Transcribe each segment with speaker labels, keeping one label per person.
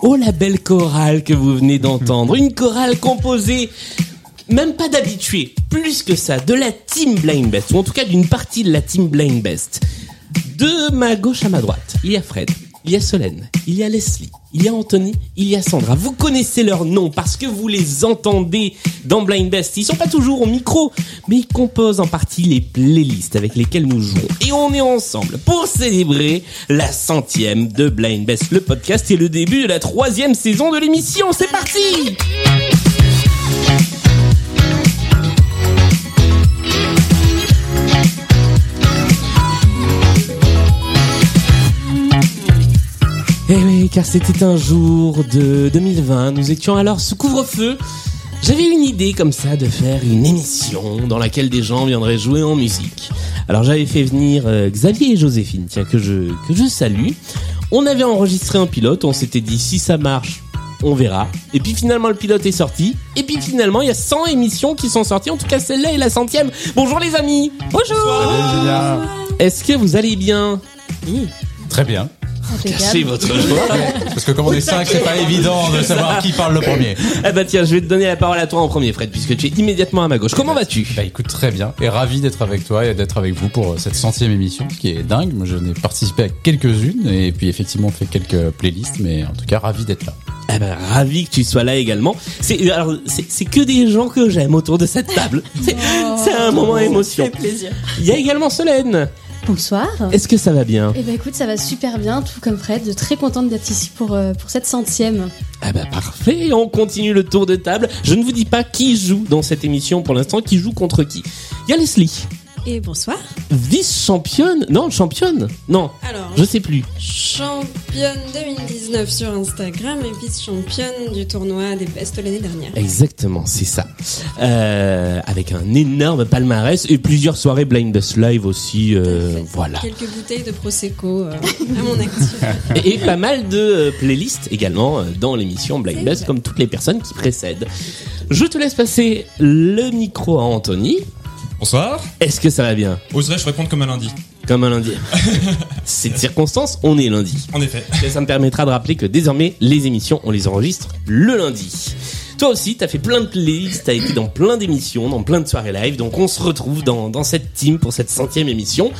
Speaker 1: Oh la belle chorale que vous venez d'entendre, une chorale composée même pas d'habitués, plus que ça, de la team Blind Best, ou en tout cas d'une partie de la team Blind Best. De ma gauche à ma droite, il y a Fred, il y a Solène, il y a Leslie, il y a Anthony, il y a Sandra. Vous connaissez leurs noms parce que vous les entendez dans Blind Best. Ils sont pas toujours au micro, mais ils composent en partie les playlists avec lesquelles nous jouons. Et on est ensemble pour célébrer la centième de Blind Best, le podcast et le début de la troisième saison de l'émission. C'est parti! Eh oui, car c'était un jour de 2020, nous étions alors sous couvre-feu. J'avais une idée comme ça de faire une émission dans laquelle des gens viendraient jouer en musique. Alors j'avais fait venir euh, Xavier et Joséphine, tiens, que je, que je salue. On avait enregistré un pilote, on s'était dit si ça marche, on verra. Et puis finalement le pilote est sorti. Et puis finalement il y a 100 émissions qui sont sorties, en tout cas celle-là est la centième. Bonjour les amis Bonjour Est-ce que vous allez bien
Speaker 2: Très bien.
Speaker 1: Cachez votre joie
Speaker 2: Parce que comme on est 5, c'est pas évident de savoir qui parle le premier.
Speaker 1: Ah bah tiens, je vais te donner la parole à toi en premier, Fred, puisque tu es immédiatement à ma gauche. Comment vas-tu
Speaker 2: Bah écoute, très bien. Et ravi d'être avec toi et d'être avec vous pour euh, cette centième émission, ce qui est dingue. Moi, je n'ai participé à quelques-unes et puis effectivement, on fait quelques playlists, mais en tout cas, ravi d'être là.
Speaker 1: Ah bah ravi que tu sois là également. C'est euh, alors c'est c'est que des gens que j'aime autour de cette table. C'est c'est un moment émotion.
Speaker 3: plaisir.
Speaker 1: Il y a également Solène.
Speaker 4: Bonsoir.
Speaker 1: Est-ce que ça va bien
Speaker 4: Eh ben écoute, ça va super bien, tout comme Fred. Très contente d'être ici pour, euh, pour cette centième.
Speaker 1: Ah bah parfait, on continue le tour de table. Je ne vous dis pas qui joue dans cette émission pour l'instant, qui joue contre qui. Il y a Leslie,
Speaker 3: Et bonsoir.
Speaker 1: vice-championne. Non, championne Non,
Speaker 3: Alors,
Speaker 1: je sais plus.
Speaker 3: championne 2019 sur Instagram et vice-championne du tournoi des Best l'année dernière.
Speaker 1: Exactement, c'est ça. Euh, avec un énorme palmarès et plusieurs soirées Blind Best Live aussi. euh,
Speaker 3: Parfait.
Speaker 1: voilà.
Speaker 3: Quelques bouteilles de Prosecco euh, à mon actif.
Speaker 1: Et, et pas mal de euh, playlists également euh, dans l'émission Blind Best, comme toutes les personnes qui précèdent. Je te laisse passer le micro à Anthony.
Speaker 5: Bonsoir.
Speaker 1: Est-ce que ça va bien
Speaker 5: Oserais-je répondre comme un lundi
Speaker 1: Comme un lundi. C'est circonstance, on est lundi.
Speaker 5: En effet.
Speaker 1: Et ça me permettra de rappeler que désormais, les émissions, on les enregistre le lundi. Toi aussi, t'as fait plein de playlists, t'as été dans plein d'émissions, dans plein de soirées live, donc on se retrouve dans, dans cette team pour cette centième émission.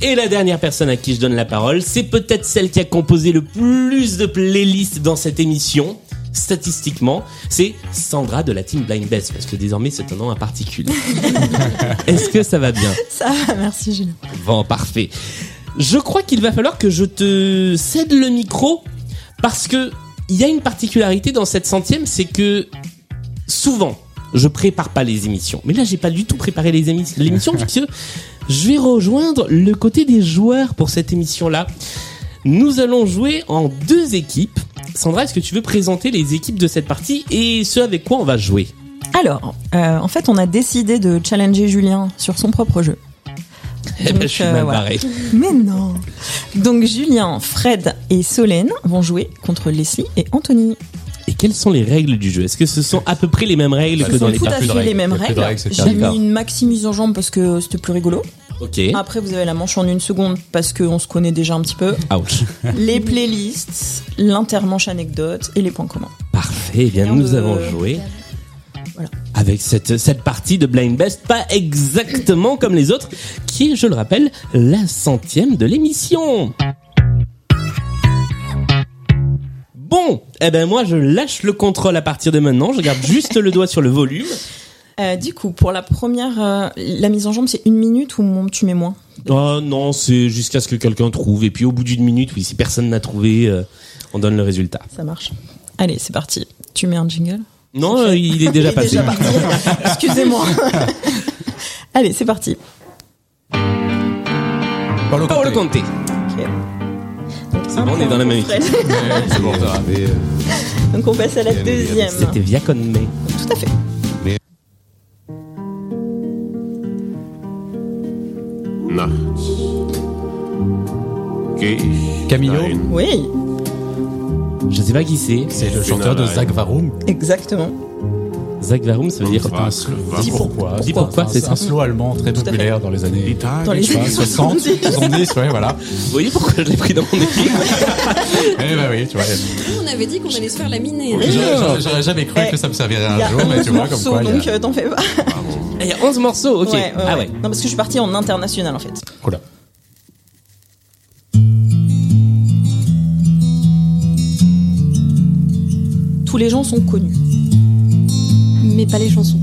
Speaker 1: Et la dernière personne à qui je donne la parole, c'est peut-être celle qui a composé le plus de playlists dans cette émission, statistiquement, c'est Sandra de la team Blind Best, parce que désormais c'est un nom à particules. Est-ce que ça va bien
Speaker 3: Ça va, merci Julien.
Speaker 1: Bon, parfait. Je crois qu'il va falloir que je te cède le micro parce que il y a une particularité dans cette centième, c'est que souvent je prépare pas les émissions. Mais là, j'ai pas du tout préparé les émis- l'émission puisque je vais rejoindre le côté des joueurs pour cette émission-là. Nous allons jouer en deux équipes. Sandra, est-ce que tu veux présenter les équipes de cette partie et ce avec quoi on va jouer
Speaker 6: Alors, euh, en fait, on a décidé de challenger Julien sur son propre jeu.
Speaker 1: Eh ben,
Speaker 6: Donc,
Speaker 1: je suis
Speaker 6: euh,
Speaker 1: mal
Speaker 6: voilà.
Speaker 1: barré.
Speaker 6: Mais non Donc, Julien, Fred et Solène vont jouer contre Leslie et Anthony.
Speaker 1: Et quelles sont les règles du jeu Est-ce que ce sont à peu près les mêmes règles
Speaker 2: Bah,
Speaker 1: que
Speaker 6: Ce
Speaker 1: dans
Speaker 6: sont
Speaker 1: les
Speaker 6: tout à
Speaker 1: parties
Speaker 6: fait les mêmes
Speaker 2: Il y a plus de
Speaker 6: règles.
Speaker 2: règles, c'est
Speaker 6: J'ai
Speaker 2: terminé.
Speaker 6: mis
Speaker 1: D'accord.
Speaker 6: une maxi mise en jambe parce que c'était plus rigolo.
Speaker 1: Ok.
Speaker 6: Après, vous avez la manche en une seconde parce qu'on se connaît déjà un petit peu.
Speaker 1: Ouch.
Speaker 6: les playlists, l'intermanche anecdote et les points communs.
Speaker 1: Parfait, eh bien
Speaker 6: Et on
Speaker 1: nous
Speaker 6: veut-
Speaker 1: avons joué.
Speaker 6: Voilà.
Speaker 1: Avec cette, cette partie de Blind Best, pas exactement comme les autres, qui est, je le rappelle, la centième de l'émission. Bon, eh ben moi je lâche le contrôle à partir de maintenant, je garde juste le doigt sur le volume.
Speaker 6: Euh, du coup, pour la première, euh, la mise en jambe, c'est une minute ou tu mets moins
Speaker 1: Oh non, c'est jusqu'à ce que quelqu'un trouve, et puis au bout d'une minute, oui, si personne n'a trouvé, euh, on donne le résultat.
Speaker 6: Ça marche. Allez, c'est parti. Tu mets un jingle
Speaker 1: Non, euh, il est déjà
Speaker 6: Il est
Speaker 1: passé.
Speaker 6: déjà parti. Excusez-moi. Allez, c'est parti.
Speaker 2: Paolo
Speaker 1: Paolo
Speaker 2: Conte.
Speaker 1: Conte.
Speaker 6: Donc,
Speaker 1: bon,
Speaker 6: un
Speaker 1: on est
Speaker 6: point
Speaker 1: dans la
Speaker 6: pour
Speaker 1: même
Speaker 6: Fred.
Speaker 2: Ouais, C'est bon, ça va.
Speaker 6: Donc on passe à la deuxième.
Speaker 1: C'était via Conmé.
Speaker 6: Tout à fait.
Speaker 7: Nachts geh ich
Speaker 2: Camillo.
Speaker 7: dahin.
Speaker 6: Oui,
Speaker 1: Je sais pas qui c'est.
Speaker 2: C'est le chanteur de Zach Varum.
Speaker 6: exactement.
Speaker 1: Zach Varum, ça veut dire
Speaker 2: un slow.
Speaker 7: Pourquoi
Speaker 1: Dis pourquoi. Dis
Speaker 2: Pourquoi
Speaker 1: pourquoi, c'est
Speaker 2: C'est
Speaker 1: ça.
Speaker 2: un slow allemand très
Speaker 6: Tout à fait.
Speaker 2: populaire dans les années
Speaker 6: Dans les
Speaker 2: je sais pas,
Speaker 6: années
Speaker 2: 60,
Speaker 6: 70.
Speaker 2: 70, ouais, voilà.
Speaker 1: Vous voyez pourquoi je l'ai pris dans mon équipe
Speaker 2: Eh bah oui, tu vois.
Speaker 3: Nous, on avait dit qu'on allait se faire laminer. hein.
Speaker 2: j'aurais- J'aurais j'aurais jamais cru
Speaker 6: Eh,
Speaker 2: que ça me servirait
Speaker 6: Il y
Speaker 2: un
Speaker 6: a
Speaker 2: jour, mais
Speaker 6: 11
Speaker 2: tu vois, comme
Speaker 6: morceaux,
Speaker 2: quoi. il y a-
Speaker 6: donc euh, t'en fais pas.
Speaker 1: Ah, Il y a 11 morceaux, ok.
Speaker 6: Ouais, ouais,
Speaker 1: ah
Speaker 6: ouais.
Speaker 1: ouais.
Speaker 6: Non, parce que je suis partie en international en fait.
Speaker 2: Oula.
Speaker 6: Tous les gens sont connus.
Speaker 4: mais pas les chansons.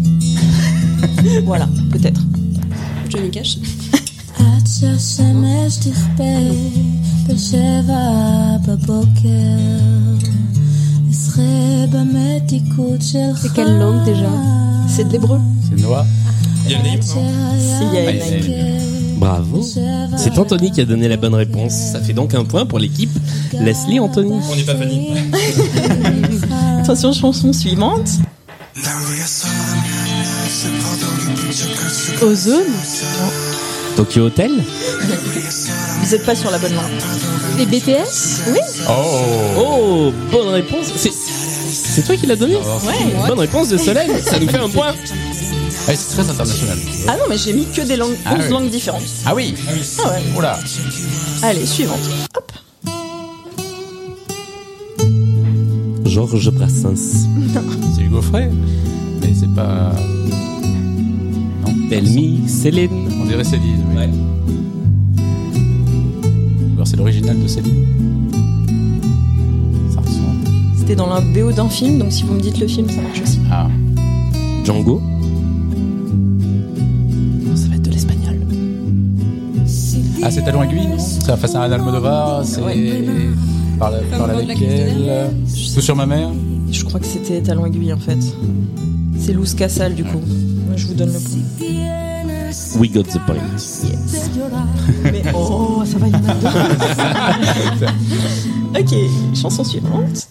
Speaker 6: voilà, peut-être.
Speaker 3: Johnny Cash.
Speaker 8: Att jag känner styrpe בשבע בבוקר אשרה במתיקות שלך
Speaker 4: C'est quelle langue déjà
Speaker 6: C'est de l'hébreu.
Speaker 2: C'est Noah.
Speaker 5: Il y a Nîmes, non
Speaker 6: Si, il y a une-
Speaker 2: Aïe, aïe, aïe.
Speaker 1: Bravo. C'est Anthony qui a donné la bonne réponse. Ça fait donc un point pour l'équipe. Leslie, Anthony.
Speaker 5: On n'est pas Fanny.
Speaker 6: Attention, chanson suivante.
Speaker 4: Ozone
Speaker 1: Tokyo Hotel.
Speaker 6: Vous êtes pas sur la bonne langue.
Speaker 4: Les BTS
Speaker 6: Oui,
Speaker 2: Oh
Speaker 1: Oh, bonne réponse. C'est- C'est toi qui l'as donné
Speaker 6: ouais.
Speaker 1: Bonne réponse de Solène. Ça nous fait un point.
Speaker 2: Eh, C'est très international.
Speaker 6: Ah non, mais j'ai mis que des langues, 11
Speaker 2: Ah oui.
Speaker 6: langues différentes.
Speaker 2: Ah oui
Speaker 6: Ah ouais.
Speaker 2: Oula
Speaker 6: Allez, suivante. Hop.
Speaker 1: Georges Brassens.
Speaker 2: C'est Hugo Frey Mais c'est pas. Non
Speaker 1: Tell me, Céline.
Speaker 2: On dirait Céline. oui.
Speaker 1: Ouais.
Speaker 2: Ou Alors c'est l'original de Céline. Ça ressemble.
Speaker 6: C'était dans la BO d'un film, donc si vous me dites le film, ça marche aussi.
Speaker 2: Ah.
Speaker 1: Django.
Speaker 6: Ça va être de l'espagnol.
Speaker 2: Ah, c'est Talon Aiguille, non C'est face à un Almodovar, c'est. Ah Par la, par la
Speaker 3: Femme de la
Speaker 2: laquelle euh, Tout sur ma mère
Speaker 6: Je crois que c'était Talon Aiguille en fait. C'est Luz Casal du coup. Moi, je vous donne le point.
Speaker 1: We got the point.
Speaker 6: Mais oh, ça va, il y en a deux. ok, chanson suivante.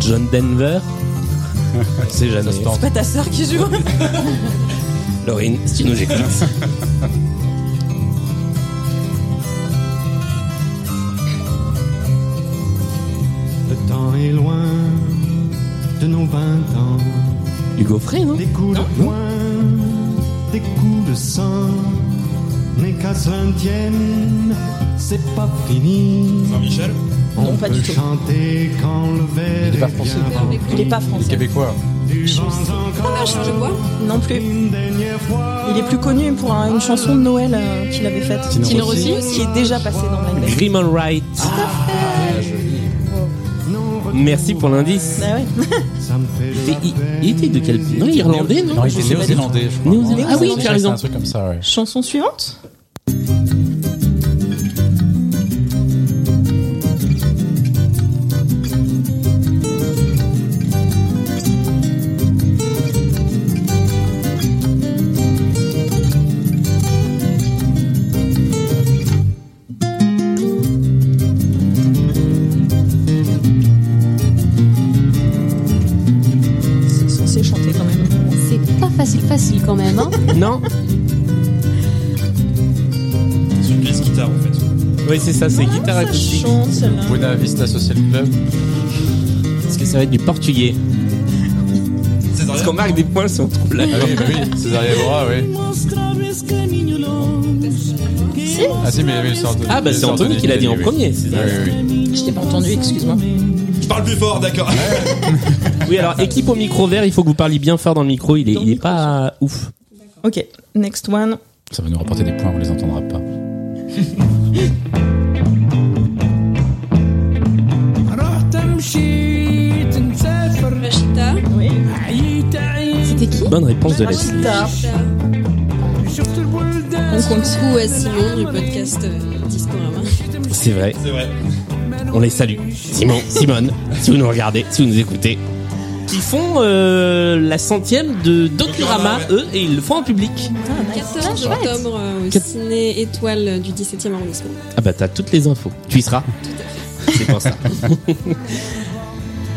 Speaker 1: John Denver. C'est jamais.
Speaker 2: Ça se tente.
Speaker 6: Pas ta sœur qui joue
Speaker 1: Laurine, si tu nous écoutes.
Speaker 9: Le temps est loin de nos vingt ans.
Speaker 1: Hugo Frey, non
Speaker 9: Des coups de poing, des coups de sang. N'est qu'à vingtième, c'est pas fini.
Speaker 5: Jean-Michel
Speaker 9: On
Speaker 6: pas
Speaker 9: peut
Speaker 6: du tout.
Speaker 9: chanter quand le verre
Speaker 2: Il est pas
Speaker 9: est
Speaker 2: français,
Speaker 9: bien
Speaker 2: le
Speaker 9: rempli.
Speaker 6: Il est pas français.
Speaker 2: Québécois.
Speaker 9: Du vent
Speaker 3: Ah, je
Speaker 9: encore
Speaker 3: bois.
Speaker 6: Non plus.
Speaker 9: une dernière fois.
Speaker 6: Il est plus connu pour un- une chanson de Noël euh, qu'il avait faite.
Speaker 2: Tino Tino Rossi.
Speaker 6: Qui est déjà passée dans Blind Best.
Speaker 1: Grim and Wright.
Speaker 2: Ah, joli.
Speaker 9: Nos retours,
Speaker 1: Merci pour l'indice.
Speaker 6: Ah ouais.
Speaker 9: ça me fait de
Speaker 1: Il,
Speaker 9: la
Speaker 1: il-
Speaker 9: peine.
Speaker 1: il était de quel Non, irlandais, non
Speaker 2: Non, il était néo-zélandais, je crois.
Speaker 1: Néo-zélandais.
Speaker 2: Ouais,
Speaker 1: Ah oui,
Speaker 2: c'est
Speaker 1: t'as raison.
Speaker 2: Un truc comme ça, ouais.
Speaker 6: Chanson suivante C'est censé chanter quand même.
Speaker 4: C'est pas facile facile quand même, hein
Speaker 1: Non
Speaker 5: C'est une pièce guitare en fait.
Speaker 1: Oui, c'est ça, c'est guitare
Speaker 6: Ah, Ça
Speaker 1: acoustique.
Speaker 6: chante, celle-là.
Speaker 2: Buena Vista Social Club.
Speaker 1: Est-ce que ça va être du portugais
Speaker 5: C'est
Speaker 1: Parce qu'on marque des points si on trouve la
Speaker 2: Ah oui, bah oui, César Evora, oui. Ah si, mais, mais c'est Anthony.
Speaker 1: Ah bah c'est Anthony qui l'a dit en
Speaker 2: oui.
Speaker 1: premier. c'est
Speaker 2: Oui,
Speaker 1: ça.
Speaker 2: oui, oui.
Speaker 6: Je t'ai pas entendu, excuse-moi.
Speaker 5: Je parle plus fort, d'accord.
Speaker 1: Oui, alors équipe au micro vert, il faut que vous parliez bien fort dans le micro, il est,
Speaker 6: Dans
Speaker 1: il
Speaker 6: le
Speaker 1: est pas ouf.
Speaker 6: Ok, next one.
Speaker 2: Ça va nous rapporter des points, on les entendra pas.
Speaker 3: Rachita.
Speaker 6: Oui.
Speaker 4: C'était qui
Speaker 1: Bonne réponse de Leslie.
Speaker 6: Rachida.
Speaker 3: On compte beaucoup à Simon du podcast euh, Discorama.
Speaker 1: C'est vrai,
Speaker 5: C'est vrai.
Speaker 1: on les salue. Simon, Simone, si vous nous regardez, si vous nous écoutez. Qui font euh, la centième de Dokurama,
Speaker 5: Dokurama,
Speaker 1: eux, et ils le font en public.
Speaker 3: 14
Speaker 4: Ah, chouette.
Speaker 3: octobre euh, au
Speaker 1: Quatre-
Speaker 3: ciné étoile du 17e arrondissement.
Speaker 1: Ah bah t'as toutes les infos. Tu y seras. C'est pour ça.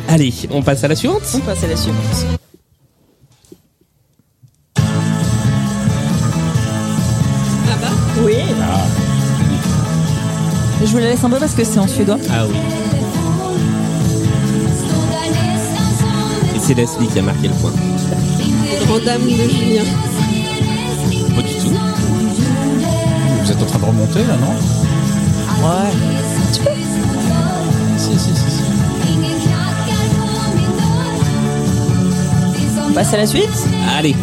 Speaker 1: Allez, on passe à la suivante.
Speaker 6: On passe à la suivante.
Speaker 3: Ah bah,
Speaker 6: Oui.
Speaker 1: Ah.
Speaker 6: Je vous la laisse un peu parce que c'est en suédois.
Speaker 1: Ah oui. c'est Leslie qui a marqué le point.
Speaker 3: Grand dame de Julien.
Speaker 1: Pas du tout.
Speaker 2: Vous êtes en train de remonter là, non
Speaker 6: Ouais.
Speaker 2: Si, si, si. si.
Speaker 6: On passe à la suite
Speaker 1: Allez,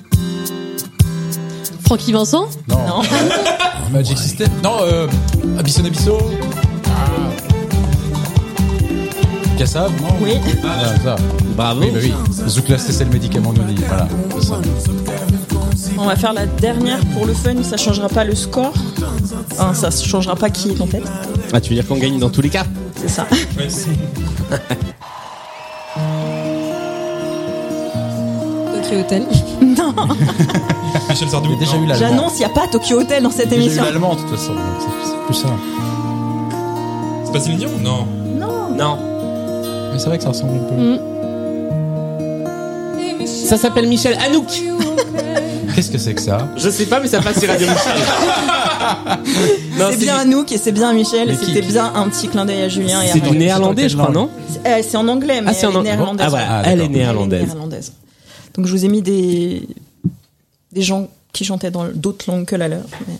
Speaker 4: Francky Vincent
Speaker 2: Non.
Speaker 6: Non.
Speaker 2: Magic System Non, euh. Abysson Abysso Ah. Kassav, non
Speaker 6: Oui.
Speaker 2: Ah, ça.
Speaker 1: bravo.
Speaker 2: Oui, bah oui. Zouklas, c'est le médicament non dit. Voilà. c'est ça.
Speaker 6: On va faire la dernière pour le fun, ça changera pas le score. Enfin, ça changera pas qui est en tête,
Speaker 1: Ah, tu veux dire qu'on gagne dans tous les cas
Speaker 6: c'est ça.
Speaker 3: Tokyo Hotel.
Speaker 6: Non,
Speaker 5: Michel Sardou.
Speaker 2: Il y a déjà
Speaker 5: non.
Speaker 2: eu l'allemand.
Speaker 6: j'annonce, il n'y a pas Tokyo Hotel dans cette
Speaker 2: Il y a déjà eu
Speaker 6: émission.
Speaker 2: l'allemand, de toute façon. donc c'est- C'est plus ça.
Speaker 5: C'est pas Céline Dion Non.
Speaker 1: Non.
Speaker 2: Mais c'est vrai que ça ressemble un peu.
Speaker 6: Mm.
Speaker 1: Ça s'appelle Michel Hanouk.
Speaker 2: Qu'est-ce que c'est que ça
Speaker 1: Je sais pas, mais ça passe sur Radio Michel. Non,
Speaker 6: C'est bien Anouk et c'est bien Michel, et
Speaker 2: Mais qui-
Speaker 6: c'était
Speaker 2: qui-
Speaker 6: bien un petit clin d'œil à Julien et à
Speaker 1: C'est
Speaker 6: Marie.
Speaker 1: du néerlandais, je crois, non
Speaker 6: Euh, C'est en anglais, mais
Speaker 1: Ah, c'est en
Speaker 6: elle est
Speaker 1: anglais.
Speaker 6: néerlandaise.
Speaker 1: Ah, voilà,
Speaker 2: Ah,
Speaker 1: elle est
Speaker 2: d'accord.
Speaker 6: Elle est
Speaker 1: néerlandaise.
Speaker 6: néerlandaise. Donc je vous ai mis des, des gens qui chantaient dans d'autres langues que la leur. mais-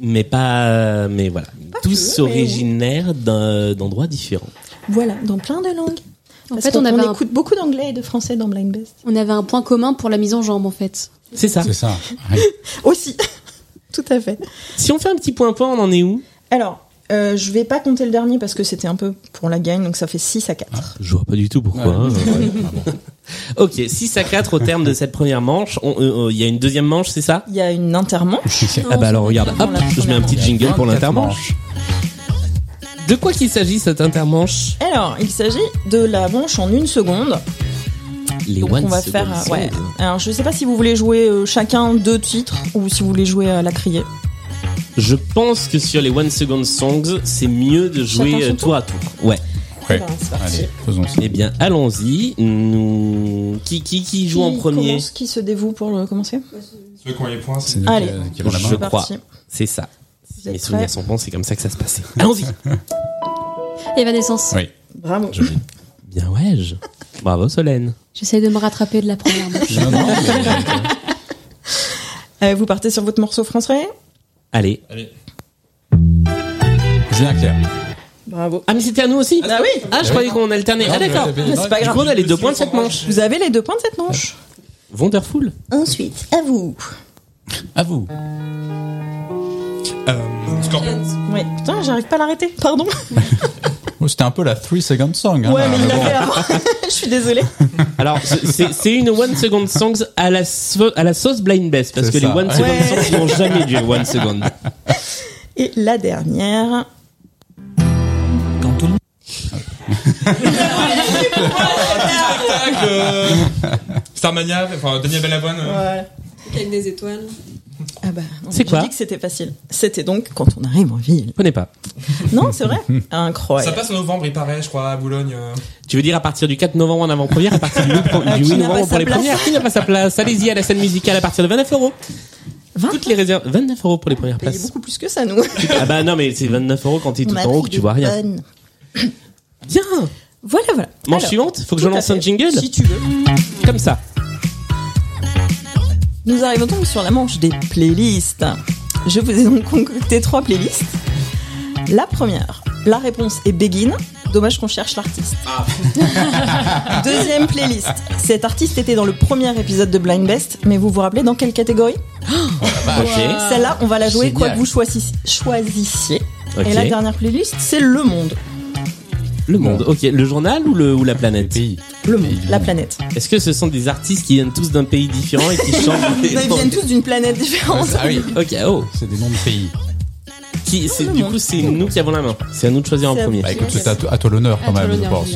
Speaker 1: Mais pas. euh, Mais voilà. Tous
Speaker 6: que, mais oui.
Speaker 1: originaires d'un- d'endroits différents.
Speaker 6: Voilà, dans plein de langues.
Speaker 4: En
Speaker 6: Parce
Speaker 4: fait,
Speaker 6: qu'on-
Speaker 4: on avait, un,
Speaker 6: écoute beaucoup d'anglais et de français dans Blind Best.
Speaker 4: on avait un point commun pour la mise en jambe, en fait.
Speaker 1: C'est ça.
Speaker 2: C'est ça. Oui.
Speaker 6: Aussi, tout à fait.
Speaker 1: Si on fait un petit point-point, on en est où
Speaker 6: Alors, euh, je vais pas compter le dernier parce que c'était un peu pour la gagne, donc ça fait 6 à 4.
Speaker 1: Je vois pas du tout pourquoi. hein.
Speaker 2: Ouais. Ouais.
Speaker 1: Ok, 6 à 4 au terme de cette première manche. On- euh, euh, Il y a une deuxième manche, c'est ça
Speaker 6: Il y a une intermanche.
Speaker 1: Ah bah alors regarde, hop,
Speaker 6: la
Speaker 1: je mets un
Speaker 6: première
Speaker 1: petit
Speaker 2: manche.
Speaker 1: jingle pour
Speaker 2: 24
Speaker 1: l'intermanche. De quoi qu'il s'agit cette intermanche
Speaker 6: Alors, il s'agit de la manche en une seconde.
Speaker 1: Les
Speaker 6: Donc
Speaker 1: One
Speaker 6: on va
Speaker 1: Second
Speaker 6: faire. euh,
Speaker 1: Songs.
Speaker 6: ouais. Alors, je sais pas si vous voulez jouer euh, chacun deux titres
Speaker 1: Ah.
Speaker 6: ou si vous voulez jouer à la criée.
Speaker 1: Je pense que sur les One Second Songs, c'est mieux de jouer
Speaker 6: Chacun
Speaker 1: euh,
Speaker 6: son
Speaker 1: tour à tour. Ouais.
Speaker 2: Ouais.
Speaker 6: Ben, c'est parti.
Speaker 2: Allez, faisons ça.
Speaker 1: Eh bien, allons-y. Nous... Qui, qui, qui joue en
Speaker 6: Qui
Speaker 1: premier
Speaker 6: commence- Qui se dévoue pour le commencer
Speaker 5: Ceux qui ont les points, c'est.
Speaker 2: C'est nous
Speaker 6: Allez.
Speaker 2: qui- qui avons la main.
Speaker 1: Je
Speaker 6: C'est
Speaker 1: crois.
Speaker 6: parti.
Speaker 1: C'est ça.
Speaker 6: Vous
Speaker 1: Mes
Speaker 6: êtes
Speaker 1: souvenirs
Speaker 6: prêts
Speaker 1: sont bons, c'est comme ça que ça se passait. Allons-y
Speaker 4: Evanescence.
Speaker 2: Oui.
Speaker 6: Bravo.
Speaker 2: Joli.
Speaker 1: Bien ouais je- Bravo Solène.
Speaker 4: J'essaye de me rattraper de la première.
Speaker 2: Non, non, mais-
Speaker 6: Euh, vous partez sur votre morceau français
Speaker 1: Allez.
Speaker 5: Allez.
Speaker 2: Julien Clerc.
Speaker 6: Bravo.
Speaker 1: Ah mais c'était à nous aussi
Speaker 6: Ah oui
Speaker 1: Ah je croyais qu'on alternait. Ah d'accord.
Speaker 2: mais-
Speaker 6: C'est pas
Speaker 1: Du
Speaker 6: grave.
Speaker 1: coup on a les deux points de cette manche.
Speaker 6: Vous avez les deux points de cette manche.
Speaker 1: Wonderful.
Speaker 6: Ensuite, à vous.
Speaker 2: À vous.
Speaker 5: Euh, Scorpion.
Speaker 6: Oui. Putain, j'arrive pas à l'arrêter. Pardon.
Speaker 1: Ah,
Speaker 2: Oh, C'était un peu la 3 second song. hein,
Speaker 6: ouais, mais il
Speaker 2: bon.
Speaker 6: l'avait avant. Je suis désolée.
Speaker 1: Alors c'est- c'est c'est une one second songs à la sau- à la sauce blind best parce
Speaker 2: C'est
Speaker 1: que les
Speaker 2: ça.
Speaker 1: one second
Speaker 6: Ouais.
Speaker 1: songs n'ont jamais dû one second.
Speaker 6: Et la dernière.
Speaker 5: Tac, euh, Starmania, enfin Daniel Balavoine. euh,
Speaker 6: Voilà.
Speaker 3: Avec des étoiles.
Speaker 6: Ah bah, non,
Speaker 1: C'est
Speaker 6: j'ai
Speaker 1: quoi
Speaker 6: dit que c'était facile. C'était donc quand on arrive en ville.
Speaker 1: Connais pas.
Speaker 6: Non, c'est vrai.
Speaker 5: Ça
Speaker 6: Incroyable.
Speaker 5: passe en novembre, il paraît, je crois, à Boulogne. euh.
Speaker 1: Tu veux dire à partir du 4 novembre en avant-première, à partir du 8, pro- du
Speaker 6: Qui
Speaker 1: 8
Speaker 6: n'a pas
Speaker 1: novembre
Speaker 6: sa
Speaker 1: pour les
Speaker 6: place.
Speaker 1: premières, qui n'a pas sa place Allez-y à la scène musicale à partir de 29 euros.
Speaker 6: 20
Speaker 1: Toutes les réserves, 29 euros pour les premières
Speaker 6: On payait
Speaker 1: places.
Speaker 6: beaucoup plus que ça, nous.
Speaker 1: Ah bah non mais c'est 29 euros quand t'es tout
Speaker 6: On a
Speaker 1: en haut
Speaker 6: pris
Speaker 1: que tu
Speaker 6: des
Speaker 1: vois rien.
Speaker 6: tonnes.
Speaker 1: Bien.
Speaker 6: Voilà, voilà.
Speaker 1: Manche
Speaker 6: Alors,
Speaker 1: suivante, faut que je
Speaker 6: tout à
Speaker 1: lance un
Speaker 6: fait.
Speaker 1: jingle
Speaker 6: Si tu veux.
Speaker 1: Comme ça.
Speaker 6: Nous arrivons donc sur la manche des playlists. Je vous ai donc concocté trois playlists. La première, la réponse est Begin. Dommage qu'on cherche l'artiste. Deuxième playlist. Cet artiste était dans le premier épisode de Blind Best, mais vous vous rappelez dans quelle catégorie
Speaker 2: Bah,
Speaker 1: Ok.
Speaker 6: Celle-là, on va la jouer quoi
Speaker 2: Génial.
Speaker 6: que vous choisisse- choisissiez.
Speaker 1: Ok.
Speaker 6: Et la dernière playlist, c'est Le Monde.
Speaker 1: Le monde. Ok. Le journal ou le ou la planète.
Speaker 2: Pays.
Speaker 6: Le Monde, la planète.
Speaker 1: Est-ce que ce sont des artistes qui viennent tous d'un pays différent et qui chantent des
Speaker 6: Ils viennent tous d'une planète différente.
Speaker 2: Ah oui.
Speaker 1: Ok. Oh.
Speaker 2: C'est des noms de pays.
Speaker 1: Qui, c'est,
Speaker 6: le
Speaker 1: du
Speaker 6: monde.
Speaker 1: coup, c'est nous qui avons la main. C'est à nous de choisir en
Speaker 6: C'est à
Speaker 1: premier.
Speaker 2: Bah écoute, c'est à, to- à toi l'honneur quand même, je pense.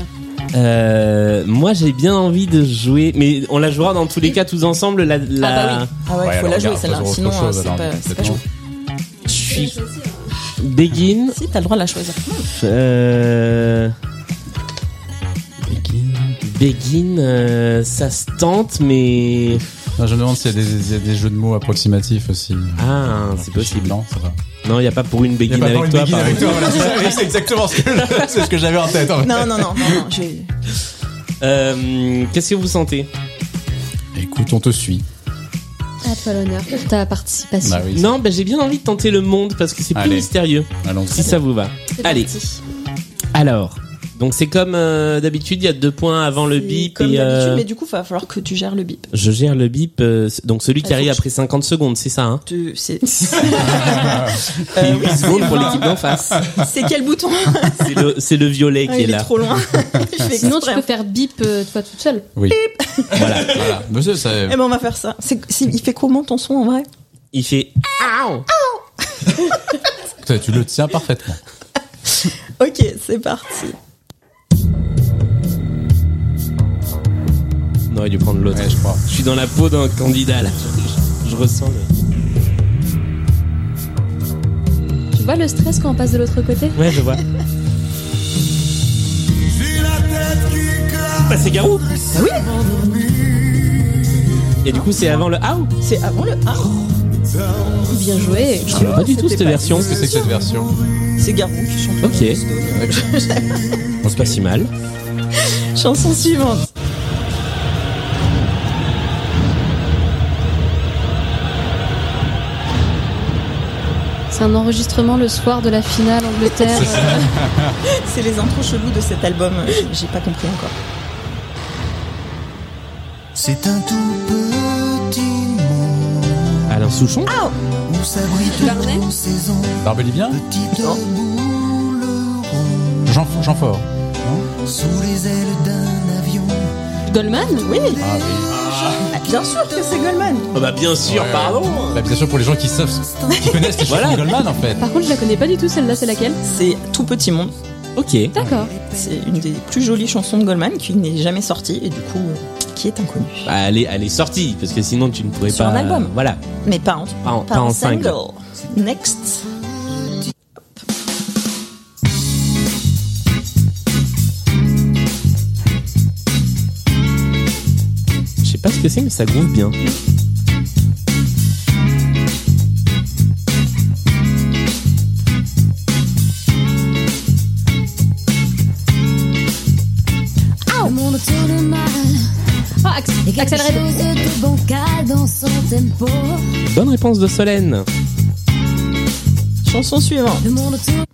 Speaker 1: Euh, moi, j'ai bien envie de jouer, mais on la jouera dans tous les cas tous ensemble. La, la...
Speaker 6: Ah bah oui. Ah ouais,
Speaker 2: Ouais,
Speaker 6: faut
Speaker 2: alors,
Speaker 6: la jouer
Speaker 2: regarde,
Speaker 6: celle-là.
Speaker 2: faisons autre
Speaker 6: Sinon,
Speaker 2: chose,
Speaker 6: euh, c'est
Speaker 2: alors,
Speaker 6: pas, c'est pas
Speaker 2: complètement.
Speaker 6: joué.
Speaker 1: Je suis Begin.
Speaker 6: Si, t'as le droit de la choisir.
Speaker 1: Euh... Begin, euh, ça se tente, mais
Speaker 2: Non, je me demande s'il y, a des- il y a des jeux de mots approximatifs aussi.
Speaker 1: ah, c'est possible.
Speaker 2: Non, ça va.
Speaker 1: Non, il y a pas pour une
Speaker 2: Il y a
Speaker 1: Begin
Speaker 2: pas
Speaker 1: avec
Speaker 2: vraiment une
Speaker 1: toi.
Speaker 2: béguine
Speaker 1: par
Speaker 2: avec toi, voilà, c'est ça. Oui, c'est exactement ce que, je- c'est ce que j'avais en tête. en fait.
Speaker 6: Non, non, non, non, non, j'ai.
Speaker 1: Euh, Qu'est-ce que vous sentez
Speaker 2: Écoute, on te suit.
Speaker 4: À toi l'honneur pour ta participation.
Speaker 2: Bah oui, c'est-
Speaker 1: Non, bah, j'ai bien envie de tenter le monde parce que c'est plus
Speaker 2: Allez.
Speaker 1: mystérieux.
Speaker 2: Allons-y.
Speaker 1: Si ça vous va.
Speaker 4: C'est
Speaker 1: Allez.
Speaker 4: parti.
Speaker 1: Alors, donc c'est comme euh, d'habitude, il y a deux points avant le
Speaker 6: C'est
Speaker 1: bip.
Speaker 6: Comme
Speaker 1: et, euh,
Speaker 6: d'habitude, mais du coup, il va falloir que tu gères le bip.
Speaker 1: Je gère le bip, euh, c- donc celui qui
Speaker 6: Ah,
Speaker 1: arrive
Speaker 6: faut que
Speaker 1: après 50 secondes, c'est ça, hein
Speaker 6: Tu- C'est
Speaker 1: Et
Speaker 6: Euh,
Speaker 1: 8 secondes pour l'équipe d'en face.
Speaker 6: c'est quel bouton
Speaker 1: C'est le, c'est le violet
Speaker 6: Ah,
Speaker 1: qui est
Speaker 6: Il est
Speaker 1: là.
Speaker 6: trop loin. Je fais
Speaker 4: Sinon, tu
Speaker 6: exprès. hein.
Speaker 4: peux faire bip euh, toi toute seule.
Speaker 2: Voilà. Mais c'est- ça-
Speaker 6: Eh ben, on va faire ça. C'est- c'est- il fait comment ton son en vrai
Speaker 1: Il fait Aouh
Speaker 2: putain, tu le tiens parfaitement.
Speaker 6: Ok, c'est parti.
Speaker 1: On aurait dû prendre l'autre.
Speaker 2: Ouais, je crois.
Speaker 1: Je suis dans la peau d'un candidat là. Je, je- je ressens le.
Speaker 4: Tu vois le stress quand on passe de l'autre côté
Speaker 1: Ouais, je vois. Bah, c'est Garou
Speaker 6: Ah oui
Speaker 1: Et du coup, c'est avant le Aouh
Speaker 6: C'est avant le A.
Speaker 4: Bien joué.
Speaker 1: Je connais Ah, pas du tout
Speaker 6: c'était
Speaker 1: cette
Speaker 6: pas-
Speaker 1: version.
Speaker 2: Qu'est-ce que c'est que cette version
Speaker 6: C'est Garou qui chante.
Speaker 1: Ok. On se passe si mal.
Speaker 6: Chanson suivante.
Speaker 4: C'est un enregistrement le soir de la finale Angleterre.
Speaker 6: C'est les intros chelous de cet album. J'ai- J'ai pas compris encore.
Speaker 9: C'est un tout petit monde
Speaker 1: Alain Souchon
Speaker 6: Ah,
Speaker 9: où s'abritent
Speaker 3: Barnet
Speaker 9: nos saisons.
Speaker 2: Barbelivien
Speaker 9: Petite
Speaker 2: Non.
Speaker 9: boule ronde
Speaker 2: Jean, Jean Fort.
Speaker 9: sous les ailes d'un avion.
Speaker 4: Goldman
Speaker 6: Oui,
Speaker 2: Ah oui.
Speaker 1: Ah.
Speaker 6: bien sûr que c'est Goldman.
Speaker 1: Oh bah bien sûr,
Speaker 2: Ouais.
Speaker 1: pardon
Speaker 2: Bah, bien sûr, pour les gens qui savent, qui connaissent les chansons
Speaker 1: Voilà.
Speaker 2: de Goldman en fait.
Speaker 4: Par contre, je la connais pas du tout celle-là, c'est laquelle
Speaker 6: C'est Tout Petit Monde.
Speaker 1: Ok.
Speaker 4: D'accord.
Speaker 6: C'est une des plus jolies chansons de Goldman qui n'est jamais sortie et du coup euh, qui est inconnue.
Speaker 1: Bah, elle, est, elle est sortie, parce que sinon tu ne pourrais
Speaker 6: Sur
Speaker 1: pas.
Speaker 6: un album.
Speaker 1: euh, Voilà.
Speaker 6: Mais pas en,
Speaker 1: Pas en-
Speaker 6: pas
Speaker 1: pas
Speaker 6: en
Speaker 1: en
Speaker 6: single.
Speaker 1: single.
Speaker 6: Next.
Speaker 1: Je sais pas ce que c'est, mais ça groove bien.
Speaker 8: Le monde tourne mal.
Speaker 4: Ah, Ax-
Speaker 8: Et quelque
Speaker 4: Axel Red.
Speaker 8: chose de bancal dans son tempo.
Speaker 1: Bonne réponse de Solène.
Speaker 6: Chanson suivante.
Speaker 8: Le monde tourne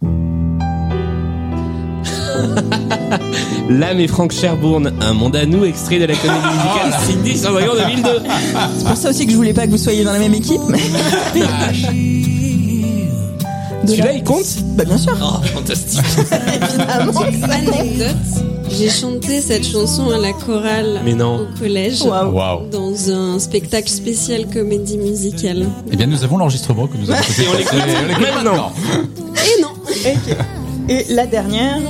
Speaker 1: L'âme et Franck Cherbourne, un monde à nous, extrait de la comédie musicale Cindy sur Dragon 2002.
Speaker 6: C'est pour ça aussi que je voulais pas que vous soyez dans la même équipe. mais- De
Speaker 1: Celui-là,
Speaker 6: la-
Speaker 1: il compte
Speaker 6: Bah bien sûr.
Speaker 1: Oh, fantastique.
Speaker 6: Évidemment.
Speaker 3: Anecdote, j'ai chanté cette chanson à la chorale
Speaker 1: Mais non.
Speaker 3: au collège
Speaker 6: Waouh.
Speaker 2: Waouh.
Speaker 3: dans un spectacle spécial comédie musicale.
Speaker 2: Eh bien, nous avons l'enregistrement que nous avons fait.
Speaker 1: Et on l'écoute maintenant.
Speaker 3: Et non,
Speaker 6: Ok. Et la dernière.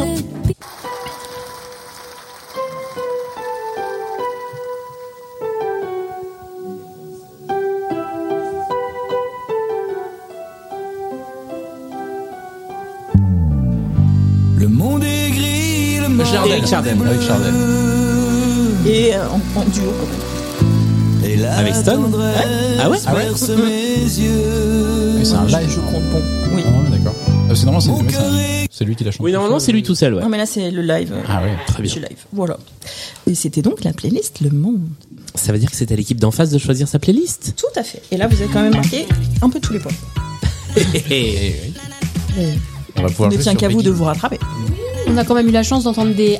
Speaker 9: Le monde est gris, le monde
Speaker 2: Chardin.
Speaker 1: Eric Chardin.
Speaker 2: Avec Chardin.
Speaker 6: Et euh, en, en duo. quand même.
Speaker 9: Et la
Speaker 1: Avec Stone
Speaker 9: tendresse
Speaker 1: Ah ouais
Speaker 9: berce mes yeux.
Speaker 2: Mais c'est un live.
Speaker 6: Je compte bon. Oui.
Speaker 2: Ah ouais, d'accord. Ah, c'est normal, c'est
Speaker 9: Mon
Speaker 2: mais c'est-
Speaker 9: cœur
Speaker 2: c'est lui qui l'a chanté.
Speaker 1: Oui, normalement, c'est lui tout seul, ouais.
Speaker 6: Non mais là c'est le live. euh,
Speaker 2: Ah ouais.
Speaker 1: Très bien.
Speaker 6: Du live. Voilà. Et c'était donc la playlist Le Monde.
Speaker 1: Ça veut dire que c'est à l'équipe d'en face de choisir sa playlist.
Speaker 6: Tout à fait. Et là vous avez quand même marqué un peu tous les points.
Speaker 2: Eh oui. On va pouvoir
Speaker 6: ne
Speaker 2: jouer
Speaker 6: tient
Speaker 2: sur
Speaker 6: qu'à vous de
Speaker 2: Peggy.
Speaker 6: vous rattraper.
Speaker 4: On a quand même eu la chance d'entendre des.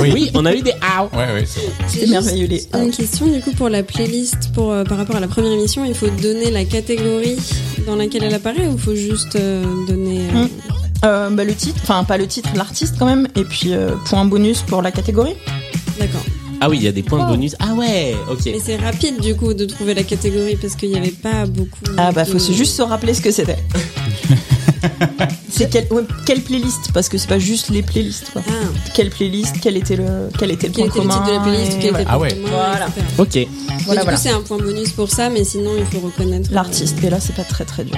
Speaker 1: oui, on a eu des ah.
Speaker 2: Ouais, ouais, c'est vrai.
Speaker 3: j'ai
Speaker 6: C'est merveilleux les.
Speaker 3: juste Une question du coup pour la playlist, pour, euh, par rapport à la première émission, il faut donner la catégorie dans laquelle elle apparaît ou faut juste euh, donner. euh,
Speaker 6: Hmm. Euh, bah, le titre, enfin pas le titre, l'artiste quand même, et puis euh, point bonus pour la catégorie.
Speaker 3: D'accord.
Speaker 1: Ah oui, il y a des points de bonus. Ah ouais, ok.
Speaker 3: Mais c'est rapide du coup de trouver la catégorie parce qu'il n'y avait pas beaucoup.
Speaker 6: Ah bah faut
Speaker 3: de-
Speaker 6: se- juste se rappeler ce que c'était. c'est quel, ouais, quelle playlist Parce que c'est pas juste les playlists quoi.
Speaker 3: Ah,
Speaker 6: Quelle playlist Quel était le quel était le
Speaker 3: quel était
Speaker 6: point
Speaker 3: le titre
Speaker 6: commun
Speaker 3: de la playlist,
Speaker 6: et
Speaker 3: quel
Speaker 6: voilà.
Speaker 3: était
Speaker 2: Ah
Speaker 3: le
Speaker 2: ouais.
Speaker 3: point commun,
Speaker 6: Voilà.
Speaker 3: etc.
Speaker 1: Ok.
Speaker 3: Mais
Speaker 6: Voilà,
Speaker 3: du
Speaker 6: voilà.
Speaker 3: coup, c'est un point bonus pour ça, mais sinon, il faut reconnaître. euh,
Speaker 6: L'artiste. Et là c'est pas très très dur.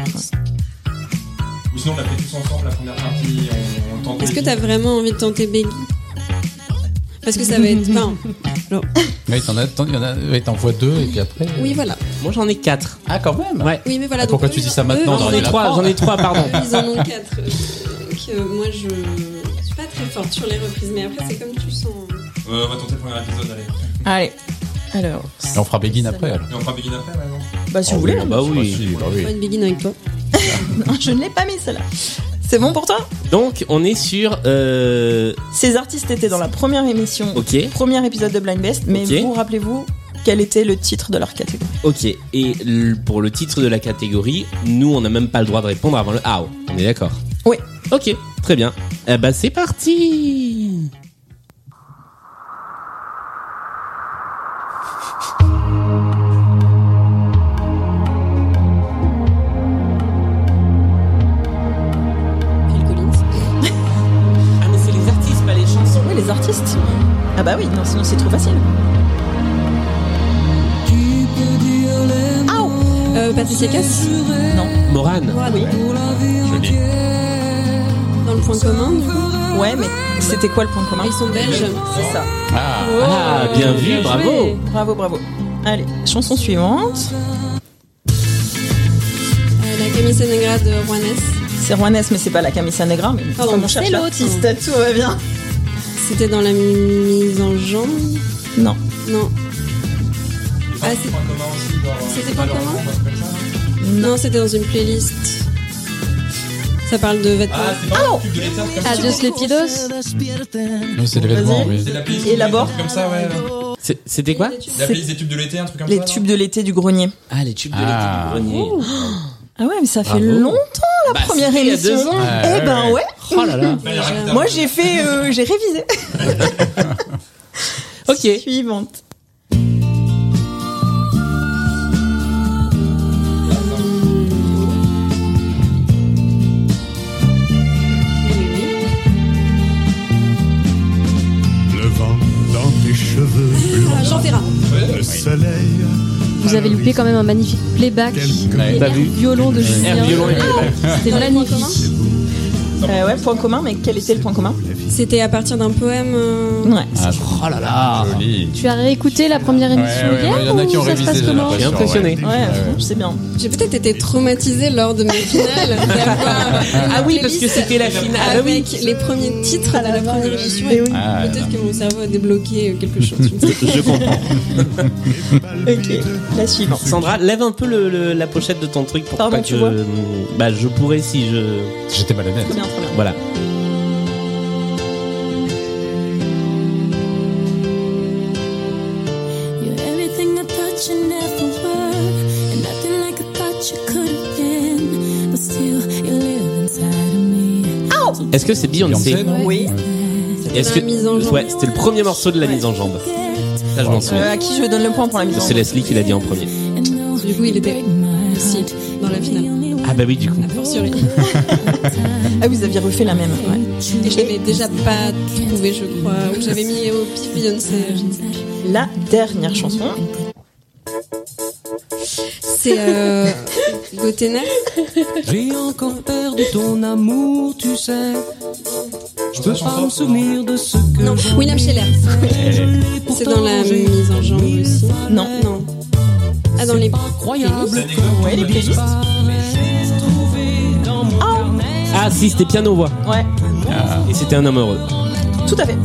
Speaker 5: Ou sinon, on l'a fait tous ensemble, la première partie, on, on tente.
Speaker 3: Est-ce que t'as vraiment envie de tenter Beggy Parce que ça va être. Enfin,
Speaker 2: Ouais, t'en as, t'en, il y en a, ouais, t'en vois deux et puis après.
Speaker 3: oui, voilà.
Speaker 1: Moi, j'en ai quatre.
Speaker 2: Ah, quand même.
Speaker 1: Ouais.
Speaker 3: Oui, mais voilà.
Speaker 2: Ah,
Speaker 3: donc
Speaker 2: pourquoi
Speaker 3: eux,
Speaker 2: tu dis
Speaker 3: ils-
Speaker 2: ça maintenant,
Speaker 3: eux,
Speaker 2: on
Speaker 1: J'en
Speaker 2: aurait
Speaker 1: ai
Speaker 2: la
Speaker 1: trois,
Speaker 2: prendre.
Speaker 1: j'en ai trois, pardon.
Speaker 3: Eux, Ils en ont quatre. Donc, euh, moi, je. Je suis pas très forte sur les reprises, mais après, c'est comme tu sens.
Speaker 5: Euh, on va tenter le premier épisode, allez.
Speaker 6: Allez. Alors.
Speaker 2: Et on fera Begin après alors.
Speaker 5: Et on fera Begin après, maintenant.
Speaker 6: Bah, si vous voulez. hein.
Speaker 1: Bah
Speaker 2: Ah,
Speaker 1: oui.
Speaker 2: si, bah oui.
Speaker 3: Pas une begin avec toi.
Speaker 6: Non, je ne l'ai pas mis celle-là. C'est bon pour toi
Speaker 1: Donc on est sur euh,
Speaker 6: Ces artistes étaient dans la première émission,
Speaker 1: ok
Speaker 6: premier épisode de Blind Best, mais
Speaker 1: Ok.
Speaker 6: vous rappelez-vous quel était le titre de leur catégorie
Speaker 1: ok et l- pour le titre de la catégorie nous on n'a même pas le droit de répondre avant le how on est d'accord
Speaker 6: Oui.
Speaker 1: ok très bien eh bah c'est parti
Speaker 3: Phil Collins.
Speaker 1: ah mais c'est les artistes pas les chansons
Speaker 6: Oui, les artistes. Ah bah oui, non, sinon c'est trop facile. Ah
Speaker 3: Euh, Patricia Cass.
Speaker 6: Non.
Speaker 1: Morane
Speaker 3: Morad.
Speaker 2: Joli.
Speaker 3: Dans le point commun. du coup.
Speaker 6: Ouais, mais c'était quoi le point commun
Speaker 3: Ah, Ils sont belges.
Speaker 6: C'est ça.
Speaker 2: Ah,
Speaker 1: ah bien vu bravo
Speaker 6: Bravo, bravo. Allez, chanson suivante.
Speaker 3: Euh, la Camille Sénégra de Juanes.
Speaker 6: C'est Juanes, mais c'est pas la Camisa Negra. Mais
Speaker 3: Pardon,
Speaker 6: comme on cherche
Speaker 3: c'est l'autre.
Speaker 6: l'artiste, tout va bien.
Speaker 3: C'était dans la mise en jambe.
Speaker 6: Non.
Speaker 3: Non.
Speaker 5: Et pas
Speaker 3: Ah,
Speaker 5: le
Speaker 3: c'est-
Speaker 5: point commun aussi, genre, euh,
Speaker 3: C'était
Speaker 5: c'est
Speaker 3: pas
Speaker 5: leur
Speaker 3: commun
Speaker 5: nom, un truc comme ça.
Speaker 3: Non, c'était dans une playlist. Ça parle de vêtements.
Speaker 5: Ah, c'est pas le tube de l'État, comme ça.
Speaker 4: Adios Lepidos.
Speaker 2: oui, c'est l'événement,
Speaker 6: Vas-y.
Speaker 2: oui.
Speaker 5: C'est la playlist
Speaker 6: Élabore.
Speaker 5: des tubes comme ça, ouais.
Speaker 1: C'est- c'était quoi
Speaker 5: La playlist des tubes de l'été, un truc comme ça.
Speaker 6: Les
Speaker 5: non
Speaker 6: tubes de l'été du grenier.
Speaker 1: ah les tubes de
Speaker 2: Ah.
Speaker 1: l'été du grenier.
Speaker 6: Ah ouais, mais ça fait
Speaker 2: Bravo.
Speaker 6: longtemps la
Speaker 1: Bah,
Speaker 6: première
Speaker 1: c'était il y a
Speaker 6: émission.
Speaker 1: deux ans.
Speaker 2: Ah,
Speaker 6: eh ben ouais.
Speaker 1: oh là là
Speaker 5: Ah, il y a rien qui
Speaker 6: Moi
Speaker 5: t'a-
Speaker 6: j'ai fait, euh, j'ai révisé.
Speaker 1: Ok.
Speaker 6: Suivante.
Speaker 9: Le vent dans tes cheveux blancs,
Speaker 3: Ah, Jean Ferrat.
Speaker 9: le soleil.
Speaker 4: Vous avez loupé quand même un magnifique playback.
Speaker 2: Ouais,
Speaker 4: Et
Speaker 2: t'as
Speaker 4: air
Speaker 2: vu
Speaker 4: violon de Julien. Ah,
Speaker 1: Air violon et
Speaker 4: C'était
Speaker 3: Dans les points communs
Speaker 4: magnifique.
Speaker 6: Euh, ouais, point commun, mais quel était le point commun
Speaker 3: C'était à partir d'un poème. euh,
Speaker 6: Ouais.
Speaker 2: Ah,
Speaker 1: Oh là là
Speaker 2: joli.
Speaker 4: Tu as réécouté la première émission
Speaker 2: ouais,
Speaker 4: hier
Speaker 2: ouais, y en a qui ont
Speaker 4: ou ça se
Speaker 2: révisé,
Speaker 4: passe
Speaker 2: j'ai
Speaker 4: comment
Speaker 1: J'ai
Speaker 2: l'impression.
Speaker 1: impressionné.
Speaker 6: Ouais, je sais bien.
Speaker 3: J'ai peut-être été traumatisée lors de mes finales.
Speaker 1: Ah
Speaker 3: ah
Speaker 1: oui, parce que c'était la finale. Ah oui.
Speaker 3: Avec les premiers titres de la première émission. Et
Speaker 2: Ah,
Speaker 3: Peut-être que mon cerveau a débloqué quelque chose. je ne sais
Speaker 1: Je comprends.
Speaker 6: Ok, la suivante.
Speaker 1: Sandra, lève un peu le- le- la pochette de ton truc pour
Speaker 6: Pardon,
Speaker 1: pas
Speaker 6: tu
Speaker 1: que.
Speaker 6: vois
Speaker 1: bah, je pourrais si je.
Speaker 2: J'étais mal à l'aise.
Speaker 6: Très bien, très bien.
Speaker 1: Voilà.
Speaker 8: You're everything I thought you never were, and nothing like I thought you could have been. But still, you live inside of me.
Speaker 1: Est-ce que c'est Beyoncé
Speaker 2: non
Speaker 6: Oui.
Speaker 1: Est-ce
Speaker 3: La mise en jambe.
Speaker 1: Ouais, c'était le premier morceau de la mise en jambe. Ça, je m'en
Speaker 6: Euh,
Speaker 1: souviens.
Speaker 6: à qui je donne le point pour la mise en
Speaker 1: C'est Leslie qui l'a dit en premier.
Speaker 8: And no,
Speaker 3: Du coup, il était aussi dans la
Speaker 8: the
Speaker 3: finale.
Speaker 8: only one
Speaker 1: Ah bah oui, du coup.
Speaker 3: A fortiori.
Speaker 6: Ah, vous aviez refait la même. Ouais.
Speaker 3: Et je l'avais déjà pas trouvé, je crois. Ou j'avais mis au pif Beyoncé. je ne sais plus.
Speaker 6: La dernière chanson.
Speaker 3: C'est euh, Gotena.
Speaker 10: J'ai encore peur de ton amour, tu sais. Je peux pas me souvenir de ce que
Speaker 3: Non, William Scheller. C'est dans la mise en jambe aussi.
Speaker 6: Non.
Speaker 3: Non. Ah, dans les
Speaker 10: Incroyable.
Speaker 6: Ouais, les playlists.
Speaker 1: Ah si, c'était piano voix.
Speaker 6: Ouais,
Speaker 1: Et c'était un homme heureux.
Speaker 6: tout à fait.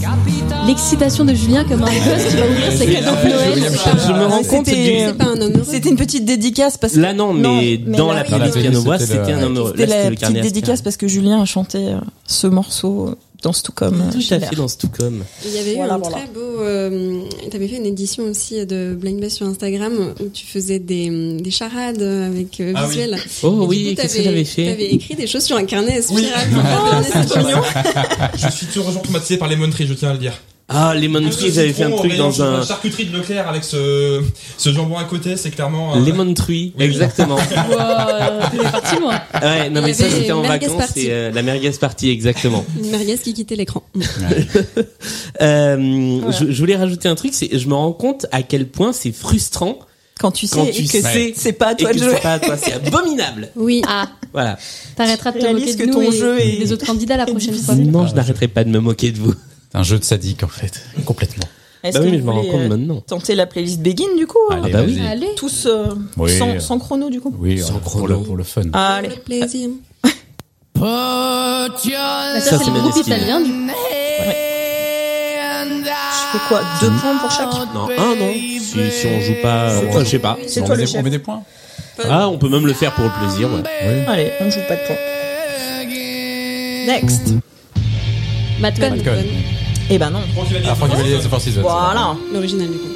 Speaker 4: L'excitation de Julien comme un gosse qui va ouvrir ses cadeaux de Noël.
Speaker 1: Je me rends compte
Speaker 6: C'était-
Speaker 1: du.
Speaker 3: C'est pas un homme. heureux.
Speaker 6: C'était une petite dédicace parce que.
Speaker 1: Là non, mais dans la
Speaker 6: là, il
Speaker 1: playlist
Speaker 6: était-
Speaker 1: piano voix,
Speaker 2: c'était
Speaker 1: c'était
Speaker 2: le-
Speaker 1: un homme heureux. Là,
Speaker 6: C'était la
Speaker 1: c'était le
Speaker 6: petite
Speaker 1: carnet. à
Speaker 6: dédicace parce que Julien a chanté euh, ce morceau dans Stockholm. euh,
Speaker 1: Tout à
Speaker 6: Schiller.
Speaker 1: fait Ah, dans Stockholm.
Speaker 3: Il y avait eu
Speaker 6: Voilà,
Speaker 3: un
Speaker 6: voilà.
Speaker 3: très beau. Euh, T'avais fait une édition aussi de Blind Best sur Instagram où tu faisais des, des charades avec euh,
Speaker 5: Ah oui.
Speaker 3: visuel.
Speaker 1: Oh
Speaker 3: Et du
Speaker 1: oui,
Speaker 3: coup,
Speaker 1: qu'est-ce que
Speaker 3: t'avais-
Speaker 1: j'avais fait Ah,
Speaker 3: T'avais écrit des choses sur un carnet spiral.
Speaker 5: Oui.
Speaker 3: Oh, c'est trop mignon.
Speaker 5: Je suis toujours traumatisé par les monneries, je tiens à le dire.
Speaker 1: Ah, Lemon Tree, j'avais fait un truc dans un.
Speaker 5: Charcuterie de Leclerc avec ce, ce jambon à côté, c'est clairement. euh,
Speaker 1: Lemon Tree,
Speaker 5: Oui.
Speaker 1: exactement.
Speaker 4: Wow, euh, t'es parti loin.
Speaker 1: Ah Ouais, non
Speaker 3: Il
Speaker 1: mais
Speaker 3: y
Speaker 1: ça
Speaker 3: avait
Speaker 1: c'était en
Speaker 3: Merguez
Speaker 1: vacances
Speaker 3: Party.
Speaker 1: et euh, la merguez partie exactement.
Speaker 3: Une merguez qui quittait l'écran.
Speaker 1: Euh, je, je voulais rajouter un truc, c'est je me rends compte à quel point c'est frustrant
Speaker 6: Quand tu sais
Speaker 1: quand tu
Speaker 6: que
Speaker 1: sais
Speaker 6: c'est- c'est pas à toi
Speaker 1: et
Speaker 6: de
Speaker 1: que
Speaker 6: jouer.
Speaker 1: c'est pas à toi, c'est abominable.
Speaker 3: Oui.
Speaker 4: Ah,
Speaker 1: Voilà.
Speaker 4: t'arrêteras de te
Speaker 6: Réalise
Speaker 4: moquer de
Speaker 6: que
Speaker 4: nous
Speaker 6: ton
Speaker 4: et
Speaker 6: jeu est-
Speaker 4: des autres candidats la
Speaker 6: est
Speaker 4: prochaine fois.
Speaker 6: difficile.
Speaker 1: Non, je n'arrêterai pas de me moquer de vous.
Speaker 2: C'est un jeu de sadique en fait, complètement.
Speaker 6: Est-ce
Speaker 1: Bah
Speaker 6: que
Speaker 1: oui, mais
Speaker 6: vous
Speaker 1: je me rends
Speaker 6: voulez,
Speaker 1: compte
Speaker 6: euh,
Speaker 1: maintenant.
Speaker 6: Tenter la playlist Begin du coup euh,
Speaker 1: Ah bah oui.
Speaker 2: vas-y.
Speaker 4: Allez.
Speaker 6: Tous euh,
Speaker 2: Oui.
Speaker 6: sans, sans chrono du coup
Speaker 2: Oui,
Speaker 1: Sans
Speaker 2: euh, pour
Speaker 1: chrono.
Speaker 2: le, pour le fun.
Speaker 6: Allez,
Speaker 3: Avec plaisir.
Speaker 10: Put
Speaker 4: Bah,
Speaker 10: your
Speaker 1: Ça,
Speaker 4: ça, c'est
Speaker 1: c'est
Speaker 4: le groupe
Speaker 1: Maneskin.
Speaker 4: italien du
Speaker 10: hand out.
Speaker 6: fais quoi Deux points pour chaque
Speaker 1: Non, un non. Si, si on joue pas,
Speaker 6: C'est
Speaker 1: enfin,
Speaker 6: toi-
Speaker 1: je sais pas.
Speaker 6: c'est
Speaker 1: On
Speaker 6: toi
Speaker 1: met
Speaker 6: le
Speaker 1: des-
Speaker 6: chef.
Speaker 1: on met des-
Speaker 2: points.
Speaker 1: Ah, on peut même le faire pour le plaisir. ouais.
Speaker 6: Allez, on ne joue pas de points. Next.
Speaker 4: Matcon.
Speaker 2: Matcon.
Speaker 6: Eh ben non.
Speaker 2: Ah, Frankie Valli, The Four Seasons.
Speaker 6: Voilà.
Speaker 3: L'original du coup.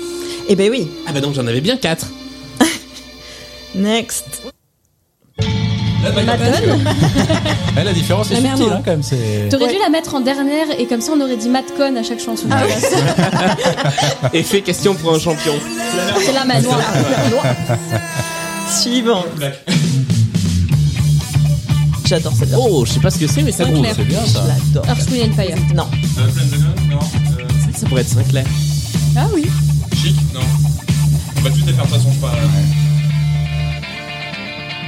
Speaker 6: Eh ben oui.
Speaker 1: Ah bah donc j'en avais bien quatre.
Speaker 6: Next.
Speaker 2: Eh, la différence est
Speaker 4: La merde,
Speaker 2: subtile,
Speaker 4: non.
Speaker 2: hein, quand même. C'est...
Speaker 4: T'aurais dû la mettre en dernière et comme ça on aurait dit Matcon à chaque chanson.
Speaker 6: Ah
Speaker 1: Effet question pour un champion.
Speaker 4: C'est la manoir.
Speaker 6: Suivant. J'adore celle-là.
Speaker 1: Oh, je sais pas ce que c'est, mais ça
Speaker 4: Sinclair.
Speaker 1: groove. C'est bien ça.
Speaker 6: J'adore.
Speaker 4: Earth, Wind and Fire.
Speaker 6: Non.
Speaker 5: Euh,
Speaker 1: C'est vrai que ça pourrait être Sinclair.
Speaker 4: Ah oui.
Speaker 5: Chic Non. On va tous les faire de toute façon, je euh, pas.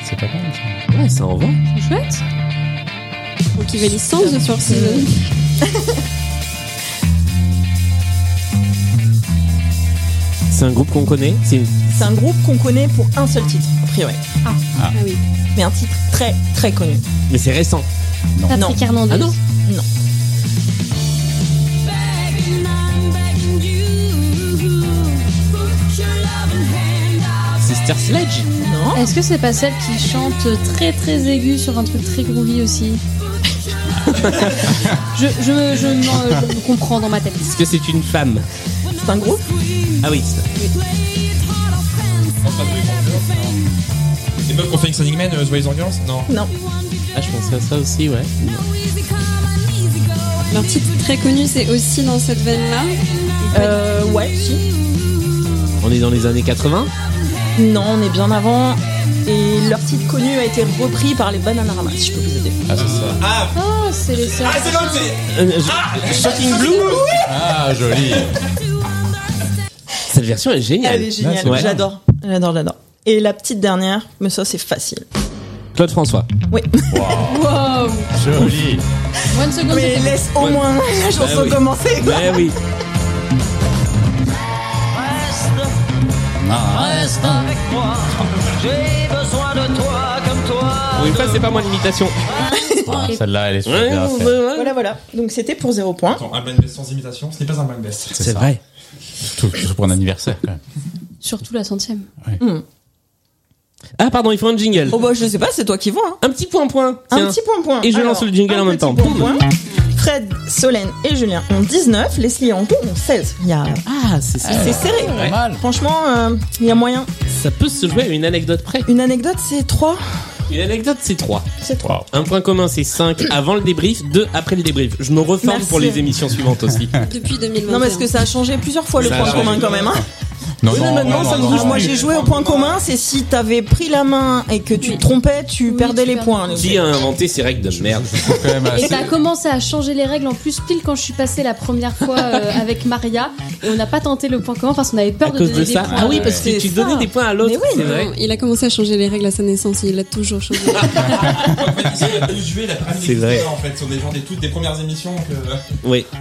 Speaker 2: C'est pas mal.
Speaker 1: Ouais, ça en va.
Speaker 4: Chouette.
Speaker 3: Donc il valide sans The Four Seasons.
Speaker 1: C'est un groupe qu'on connaît. C'est
Speaker 6: C'est un groupe qu'on connaît pour un seul titre, a priori.
Speaker 3: Ah oui.
Speaker 6: Mais un titre très, très connu.
Speaker 1: mais c'est récent.
Speaker 4: Patrick Hernandez.
Speaker 1: Ah non. Sister Sledge.
Speaker 6: Non.
Speaker 4: Est-ce que c'est pas celle qui chante très très aiguë sur un truc très groovy aussi Je, je, je, m'en- je me comprends dans ma tête.
Speaker 1: Est-ce que c'est une femme
Speaker 6: C'est un groupe
Speaker 1: Ah oui. c'est-
Speaker 5: Les meufs qui ont fait X-Running Man, euh, Zoé Ambiance Non.
Speaker 6: Non.
Speaker 1: Ah, je pensais à ça aussi, ouais.
Speaker 3: Leur titre très connu, c'est aussi dans cette veine-là.
Speaker 6: Euh, ouais, si.
Speaker 1: On est dans les années 80.
Speaker 6: Non, on est bien avant. Et leur titre connu a été repris par les Bananarama, si je peux vous aider.
Speaker 2: Ah, c'est ça.
Speaker 5: Ah
Speaker 4: Oh, c'est les sœurs.
Speaker 5: Ah, c'est l'autre, c'est.
Speaker 1: Euh, je- Shocking Blue.
Speaker 2: Ah, joli.
Speaker 1: Cette version est géniale.
Speaker 6: Elle est géniale,
Speaker 1: Ouais.
Speaker 6: j'adore. J'adore, j'adore. Et la petite dernière, mais ça c'est facile.
Speaker 1: Claude François.
Speaker 6: Oui.
Speaker 4: Wow.
Speaker 2: Joli.
Speaker 4: One second.
Speaker 6: Mais
Speaker 4: c'était-
Speaker 6: laisse au moins la chanson
Speaker 1: oui.
Speaker 6: commencer. quoi.
Speaker 1: Ouais, oui.
Speaker 2: Ah,
Speaker 1: Pour une fois, c'est pas moi l'imitation.
Speaker 2: ah, celle-là, elle est super bien faite.
Speaker 6: Voilà, voilà. Donc c'était pour zéro point.
Speaker 5: Attends, un blind best sans imitation, ce n'est pas un blind best.
Speaker 1: C'est vrai.
Speaker 2: Tout, tout pour un anniversaire, quand même.
Speaker 4: Surtout la centième.
Speaker 1: Ah, pardon, il faut un jingle.
Speaker 6: Oh bah je sais pas, c'est toi qui vois. hein.
Speaker 1: Un petit point point.
Speaker 6: Un
Speaker 1: tiens.
Speaker 6: petit point point.
Speaker 1: Et je lance le jingle
Speaker 6: un
Speaker 1: en même
Speaker 6: petit
Speaker 1: temps.
Speaker 6: point,
Speaker 1: Boum.
Speaker 6: point. Fred, Solène et Julien ont 19, Leslie et Anto ont 16. Il y a-
Speaker 1: Ah, c'est ça.
Speaker 6: C'est serré.
Speaker 2: Pas mal.
Speaker 6: Franchement, euh, il y a moyen.
Speaker 1: Ça peut se jouer à une anecdote près.
Speaker 6: Une anecdote, c'est 3.
Speaker 1: Une anecdote, c'est 3.
Speaker 6: C'est 3.
Speaker 1: Un point commun, c'est 5 avant le débrief, 2 après le débrief. Je me reforme
Speaker 6: Merci.
Speaker 1: pour les émissions suivantes aussi.
Speaker 3: Depuis 2020.
Speaker 6: Non, mais parce que ça a changé plusieurs fois le
Speaker 1: Ça a
Speaker 6: point
Speaker 1: changé.
Speaker 6: commun quand même. hein.
Speaker 2: Non,
Speaker 6: Oui, mais maintenant, ça me
Speaker 2: non,
Speaker 6: bouge.
Speaker 2: non,
Speaker 6: Moi,
Speaker 2: non.
Speaker 6: j'ai joué au point commun, c'est si t'avais pris la main et que tu te trompais, tu
Speaker 4: Oui,
Speaker 6: perdais
Speaker 4: tu
Speaker 6: les
Speaker 4: perds.
Speaker 6: points.
Speaker 1: Qui a inventé ces règles de merde
Speaker 2: Faut quand même
Speaker 4: Et
Speaker 2: assez-
Speaker 4: ça a commencé à changer les règles en plus pile quand je suis passée la première fois euh, avec Maria et on n'a pas tenté le point commun parce qu'on avait
Speaker 1: à
Speaker 4: peur de
Speaker 1: cause
Speaker 4: donner
Speaker 1: de
Speaker 4: des
Speaker 1: ça
Speaker 4: points.
Speaker 1: Ah oui, parce que
Speaker 6: euh, C'est
Speaker 1: tu
Speaker 6: ça.
Speaker 1: donnais des points à l'autre,
Speaker 6: Mais oui,
Speaker 1: c'est
Speaker 6: mais
Speaker 1: vrai.
Speaker 3: Non, il a commencé à changer les règles à sa naissance, il a toujours changé.
Speaker 5: En fait, ils ont tous joué la première
Speaker 1: C'est vrai.
Speaker 5: En fait, ce sont des gens des toutes des premières émissions que. euh,
Speaker 1: Oui.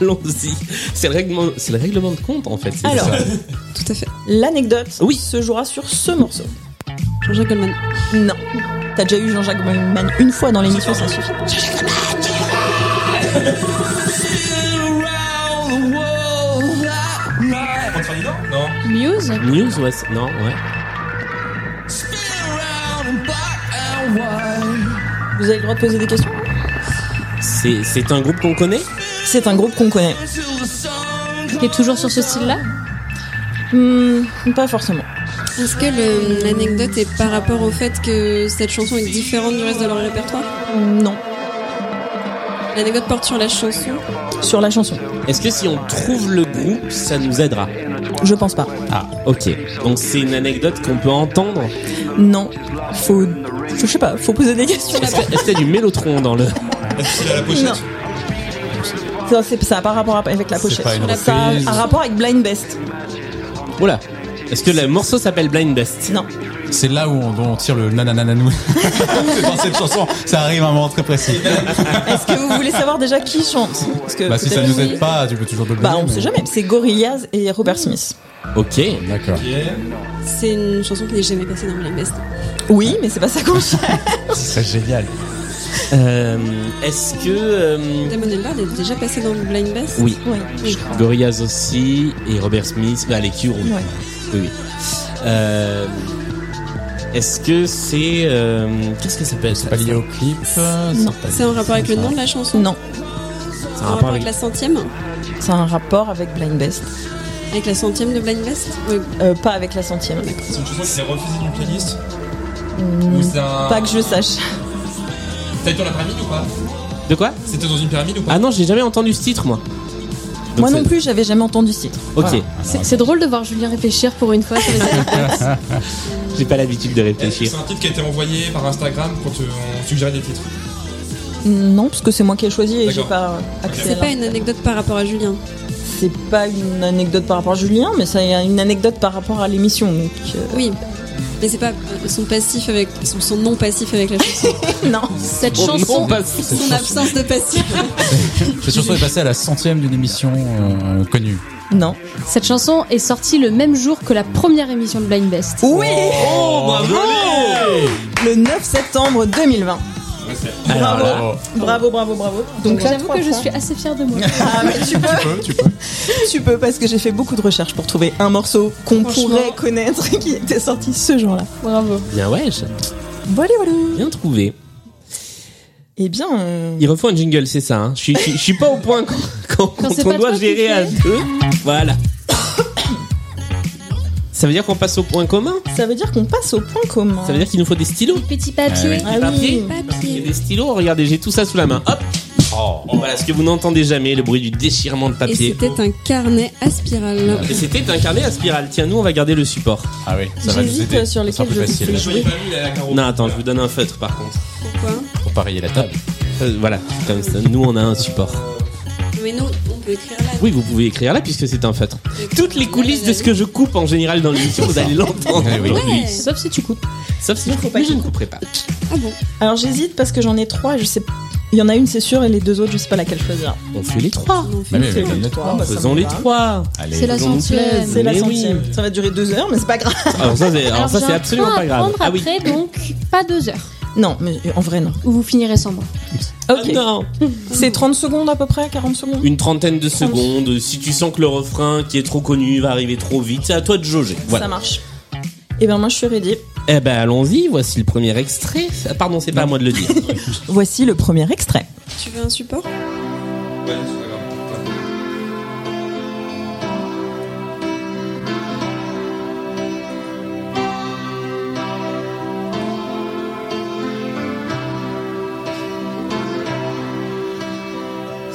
Speaker 1: Allons-y. C'est le, règlement, c'est le règlement de compte en fait. c'est
Speaker 6: Alors,
Speaker 1: ça.
Speaker 3: Tout à fait.
Speaker 6: l'anecdote
Speaker 1: Oui.
Speaker 6: se jouera sur ce morceau.
Speaker 3: Jean-Jacques Goldman.
Speaker 6: Non. T'as déjà eu Jean-Jacques Goldman une fois dans l'émission, ça suffit.
Speaker 5: Contre Ferdinand Non.
Speaker 4: Muse
Speaker 1: News, ouais, c'est- non, ouais.
Speaker 6: Vous avez le droit de poser des questions
Speaker 1: C'est, c'est un groupe qu'on connaît
Speaker 6: C'est un groupe qu'on connaît.
Speaker 4: qui est toujours sur ce style-là.
Speaker 6: Hmm, pas forcément.
Speaker 3: Est-ce que le- l'anecdote est par rapport au fait que cette chanson est différente du reste de leur répertoire
Speaker 6: Non.
Speaker 3: L'anecdote porte sur la chanson.
Speaker 6: Sur la chanson.
Speaker 1: Est-ce que si on trouve le groupe, ça nous aidera
Speaker 6: Je pense pas.
Speaker 1: Ah, ok. Donc c'est une anecdote qu'on peut entendre.
Speaker 6: Non. Faut. Je sais pas, faut poser des questions.
Speaker 1: Est-ce, que- est-ce qu'il y a du mélotron dans le.
Speaker 5: Est-ce qu'il a la
Speaker 6: Non.
Speaker 5: pochette
Speaker 6: Ça, c'est- ça n'a pas rapport avec la pochette.
Speaker 2: pas une
Speaker 6: ça a
Speaker 2: reprise.
Speaker 6: un rapport avec Blind Best.
Speaker 1: Oula. Est-ce que le morceau s'appelle Blind Best
Speaker 6: Non.
Speaker 2: C'est là où on, dont on tire le nananananou. C'est dans cette chanson, ça arrive à un moment très précis.
Speaker 6: Bah, Est-ce que vous voulez savoir déjà qui chante Parce que
Speaker 2: Bah, si ça
Speaker 6: peut-être-
Speaker 2: nous aide pas, tu peux toujours le
Speaker 6: Bah,
Speaker 2: donner,
Speaker 6: on
Speaker 2: mais-
Speaker 6: sait jamais. C'est Gorillaz et Robert Smith.
Speaker 1: Ok.
Speaker 2: D'accord.
Speaker 3: C'est une chanson qui n'est jamais passée dans Blind Best.
Speaker 6: Oui, mais c'est pas ça qu'on cherche.
Speaker 2: Ce serait génial.
Speaker 1: Euh, Est-ce que. euh,
Speaker 3: Damon Albarn est déjà passé dans le Blind Best
Speaker 1: Oui.
Speaker 6: Oui.
Speaker 1: Gorillaz aussi et Robert Smith, bah, les Cure, oui.
Speaker 6: Ouais.
Speaker 1: Oui, oui. Euh, Est-ce que c'est euh, qu'est-ce que ça s'appelle
Speaker 2: C'est pas lié au clip euh,
Speaker 6: Non,
Speaker 2: pas
Speaker 3: C'est en rapport avec le nom de la chanson
Speaker 6: Non,
Speaker 1: C'est
Speaker 3: En rapport avec la centième
Speaker 6: c'est un rapport avec Blind Best.
Speaker 3: Avec la centième de Blind Best Oui.
Speaker 6: Euh, pas avec la centième.
Speaker 5: C'est une chanson qui s'est refusée d'une playlist
Speaker 6: Hmm,
Speaker 5: Ou c'est un.
Speaker 6: Pas que je sache.
Speaker 5: T'as été dans la pyramide ou pas
Speaker 1: de quoi
Speaker 5: C'était dans une pyramide ou pas
Speaker 1: Ah non, j'ai jamais entendu ce titre moi. Donc
Speaker 6: Moi
Speaker 1: c'est-
Speaker 6: non plus, j'avais jamais entendu ce titre.
Speaker 1: Ok,
Speaker 2: Voilà.
Speaker 4: C'est c'est drôle de voir Julien réfléchir pour une fois. ça va être-
Speaker 1: j'ai pas l'habitude de réfléchir.
Speaker 5: C'est un titre qui a été envoyé par Instagram quand euh, on suggérait des titres.
Speaker 6: Non, parce que c'est moi qui ai choisi et j'ai
Speaker 5: D'accord.
Speaker 6: pas euh, accès à
Speaker 3: C'est
Speaker 6: la-
Speaker 3: pas une anecdote par rapport à Julien.
Speaker 6: C'est pas une anecdote par rapport à Julien, mais c'est une anecdote par rapport à l'émission. Donc, euh,
Speaker 3: Oui. Mais c'est pas son passif avec son, son non passif avec la chanson.
Speaker 6: non.
Speaker 4: Cette
Speaker 1: Oh,
Speaker 4: chanson,
Speaker 1: non, pas- c'est-
Speaker 3: Son absence de passif.
Speaker 2: Cette chanson est passée à la centième d'une émission euh, connue.
Speaker 6: Non.
Speaker 4: cette chanson est sortie le même jour que la première émission de Blind Best.
Speaker 6: Oui
Speaker 1: Oh, bravo
Speaker 6: Le 9 septembre 2020.
Speaker 1: Alors là,
Speaker 6: Bravo, bravo, bravo.
Speaker 4: Donc
Speaker 6: là,
Speaker 4: j'avoue
Speaker 6: trois
Speaker 4: que je
Speaker 6: points.
Speaker 4: suis assez fière de moi.
Speaker 6: Ah, mais tu peux,
Speaker 2: tu peux.
Speaker 6: tu peux, parce que j'ai fait beaucoup de recherches pour trouver un morceau qu'on
Speaker 3: Franchement.
Speaker 6: pourrait connaître et qui était sorti ce jour-là.
Speaker 4: Bravo.
Speaker 1: bien wesh,
Speaker 6: Voilà, voilà.
Speaker 1: bien trouvé.
Speaker 6: Eh bien, euh,
Speaker 1: Il refont un jingle, c'est ça. hein. Je suis- je suis- je suis pas au point quand, quand- quand
Speaker 4: c'est
Speaker 1: on
Speaker 4: pas
Speaker 1: doit
Speaker 4: toi qui
Speaker 1: gérer à
Speaker 4: fais.
Speaker 1: deux. Voilà. Ça veut dire qu'on passe au point commun
Speaker 6: ça veut dire qu'on passe au point commun.
Speaker 1: Ça veut dire qu'il nous faut des stylos.
Speaker 4: Petit papier.
Speaker 6: Ah
Speaker 1: papier. Il y
Speaker 6: oui.
Speaker 1: a
Speaker 3: Papier.
Speaker 1: des stylos, regardez, j'ai tout ça sous la main. Hop
Speaker 2: Oh.
Speaker 1: Voilà ce que vous n'entendez jamais, le bruit du déchirement de
Speaker 3: Et
Speaker 1: papier.
Speaker 3: c'était un carnet à spirale.
Speaker 1: Et c'était un carnet à spirale. Tiens, nous, on va garder le support.
Speaker 2: Ah oui, ça va nous
Speaker 6: J'hésite,
Speaker 2: aider.
Speaker 6: euh, sur
Speaker 2: Ça sera
Speaker 6: lesquels
Speaker 2: plus
Speaker 6: je
Speaker 2: facile
Speaker 6: vais.
Speaker 5: Joyeux Mamie, la carreau.
Speaker 1: Non, attends, je vous donne un feutre par contre.
Speaker 3: Pourquoi
Speaker 2: pour parier la table.
Speaker 1: Euh, voilà, comme ça, nous, on a un support.
Speaker 3: Mais nous, on peut écrire là.
Speaker 1: Oui, vous pouvez écrire là puisque c'est un feutre. Toutes les coulisses de ce que je coupe en général dans l'émission, vous allez l'entendre
Speaker 2: Eh oui.
Speaker 1: aujourd'hui.
Speaker 4: Sauf si tu coupes.
Speaker 1: Sauf si je,
Speaker 6: faut pas
Speaker 1: mais je
Speaker 6: qu'il
Speaker 1: ne couperai pas.
Speaker 3: Ah bon
Speaker 6: Alors j'hésite parce que j'en ai trois, je sais. Il y en a une, c'est sûr, et les deux autres, je sais pas laquelle choisir.
Speaker 1: On fait les trois.
Speaker 3: On en
Speaker 2: Bah oui,
Speaker 3: fait une
Speaker 2: mais
Speaker 3: seule.
Speaker 2: donne-le toi.
Speaker 6: Bah, ça
Speaker 1: Faisons
Speaker 6: me
Speaker 1: Ah, les
Speaker 6: va.
Speaker 1: trois.
Speaker 4: C'est la
Speaker 1: que l'on nous
Speaker 4: centième.
Speaker 1: plaise.
Speaker 6: C'est la
Speaker 1: Mais oui.
Speaker 6: centième. Ça va durer deux heures, mais c'est pas grave.
Speaker 1: Alors ça, c'est, alors,
Speaker 4: Alors,
Speaker 1: ça,
Speaker 4: j'ai
Speaker 1: c'est
Speaker 4: un
Speaker 1: absolument
Speaker 4: point
Speaker 1: pas
Speaker 4: à
Speaker 1: grave.
Speaker 4: prendre
Speaker 1: Ah oui.
Speaker 4: Après, donc, pas deux heures.
Speaker 6: Non, mais en vrai, non.
Speaker 4: Ou vous finirez sans moi.
Speaker 1: Ah
Speaker 6: Ok.
Speaker 1: non.
Speaker 6: C'est 30 secondes à peu près, 40 secondes
Speaker 1: Une trentaine de secondes. Si tu sens que le refrain qui est trop connu va arriver trop vite, c'est à toi de jauger.
Speaker 6: Ça
Speaker 1: Voilà.
Speaker 6: marche. Et ben moi, je suis ready.
Speaker 1: Eh ben allons-y. Voici le premier extrait. Ah, pardon,
Speaker 4: Bah,
Speaker 1: c'est pas à moi de le dire.
Speaker 6: Voici le premier extrait.
Speaker 3: Tu veux un support
Speaker 5: Ouais, c'est pas grave.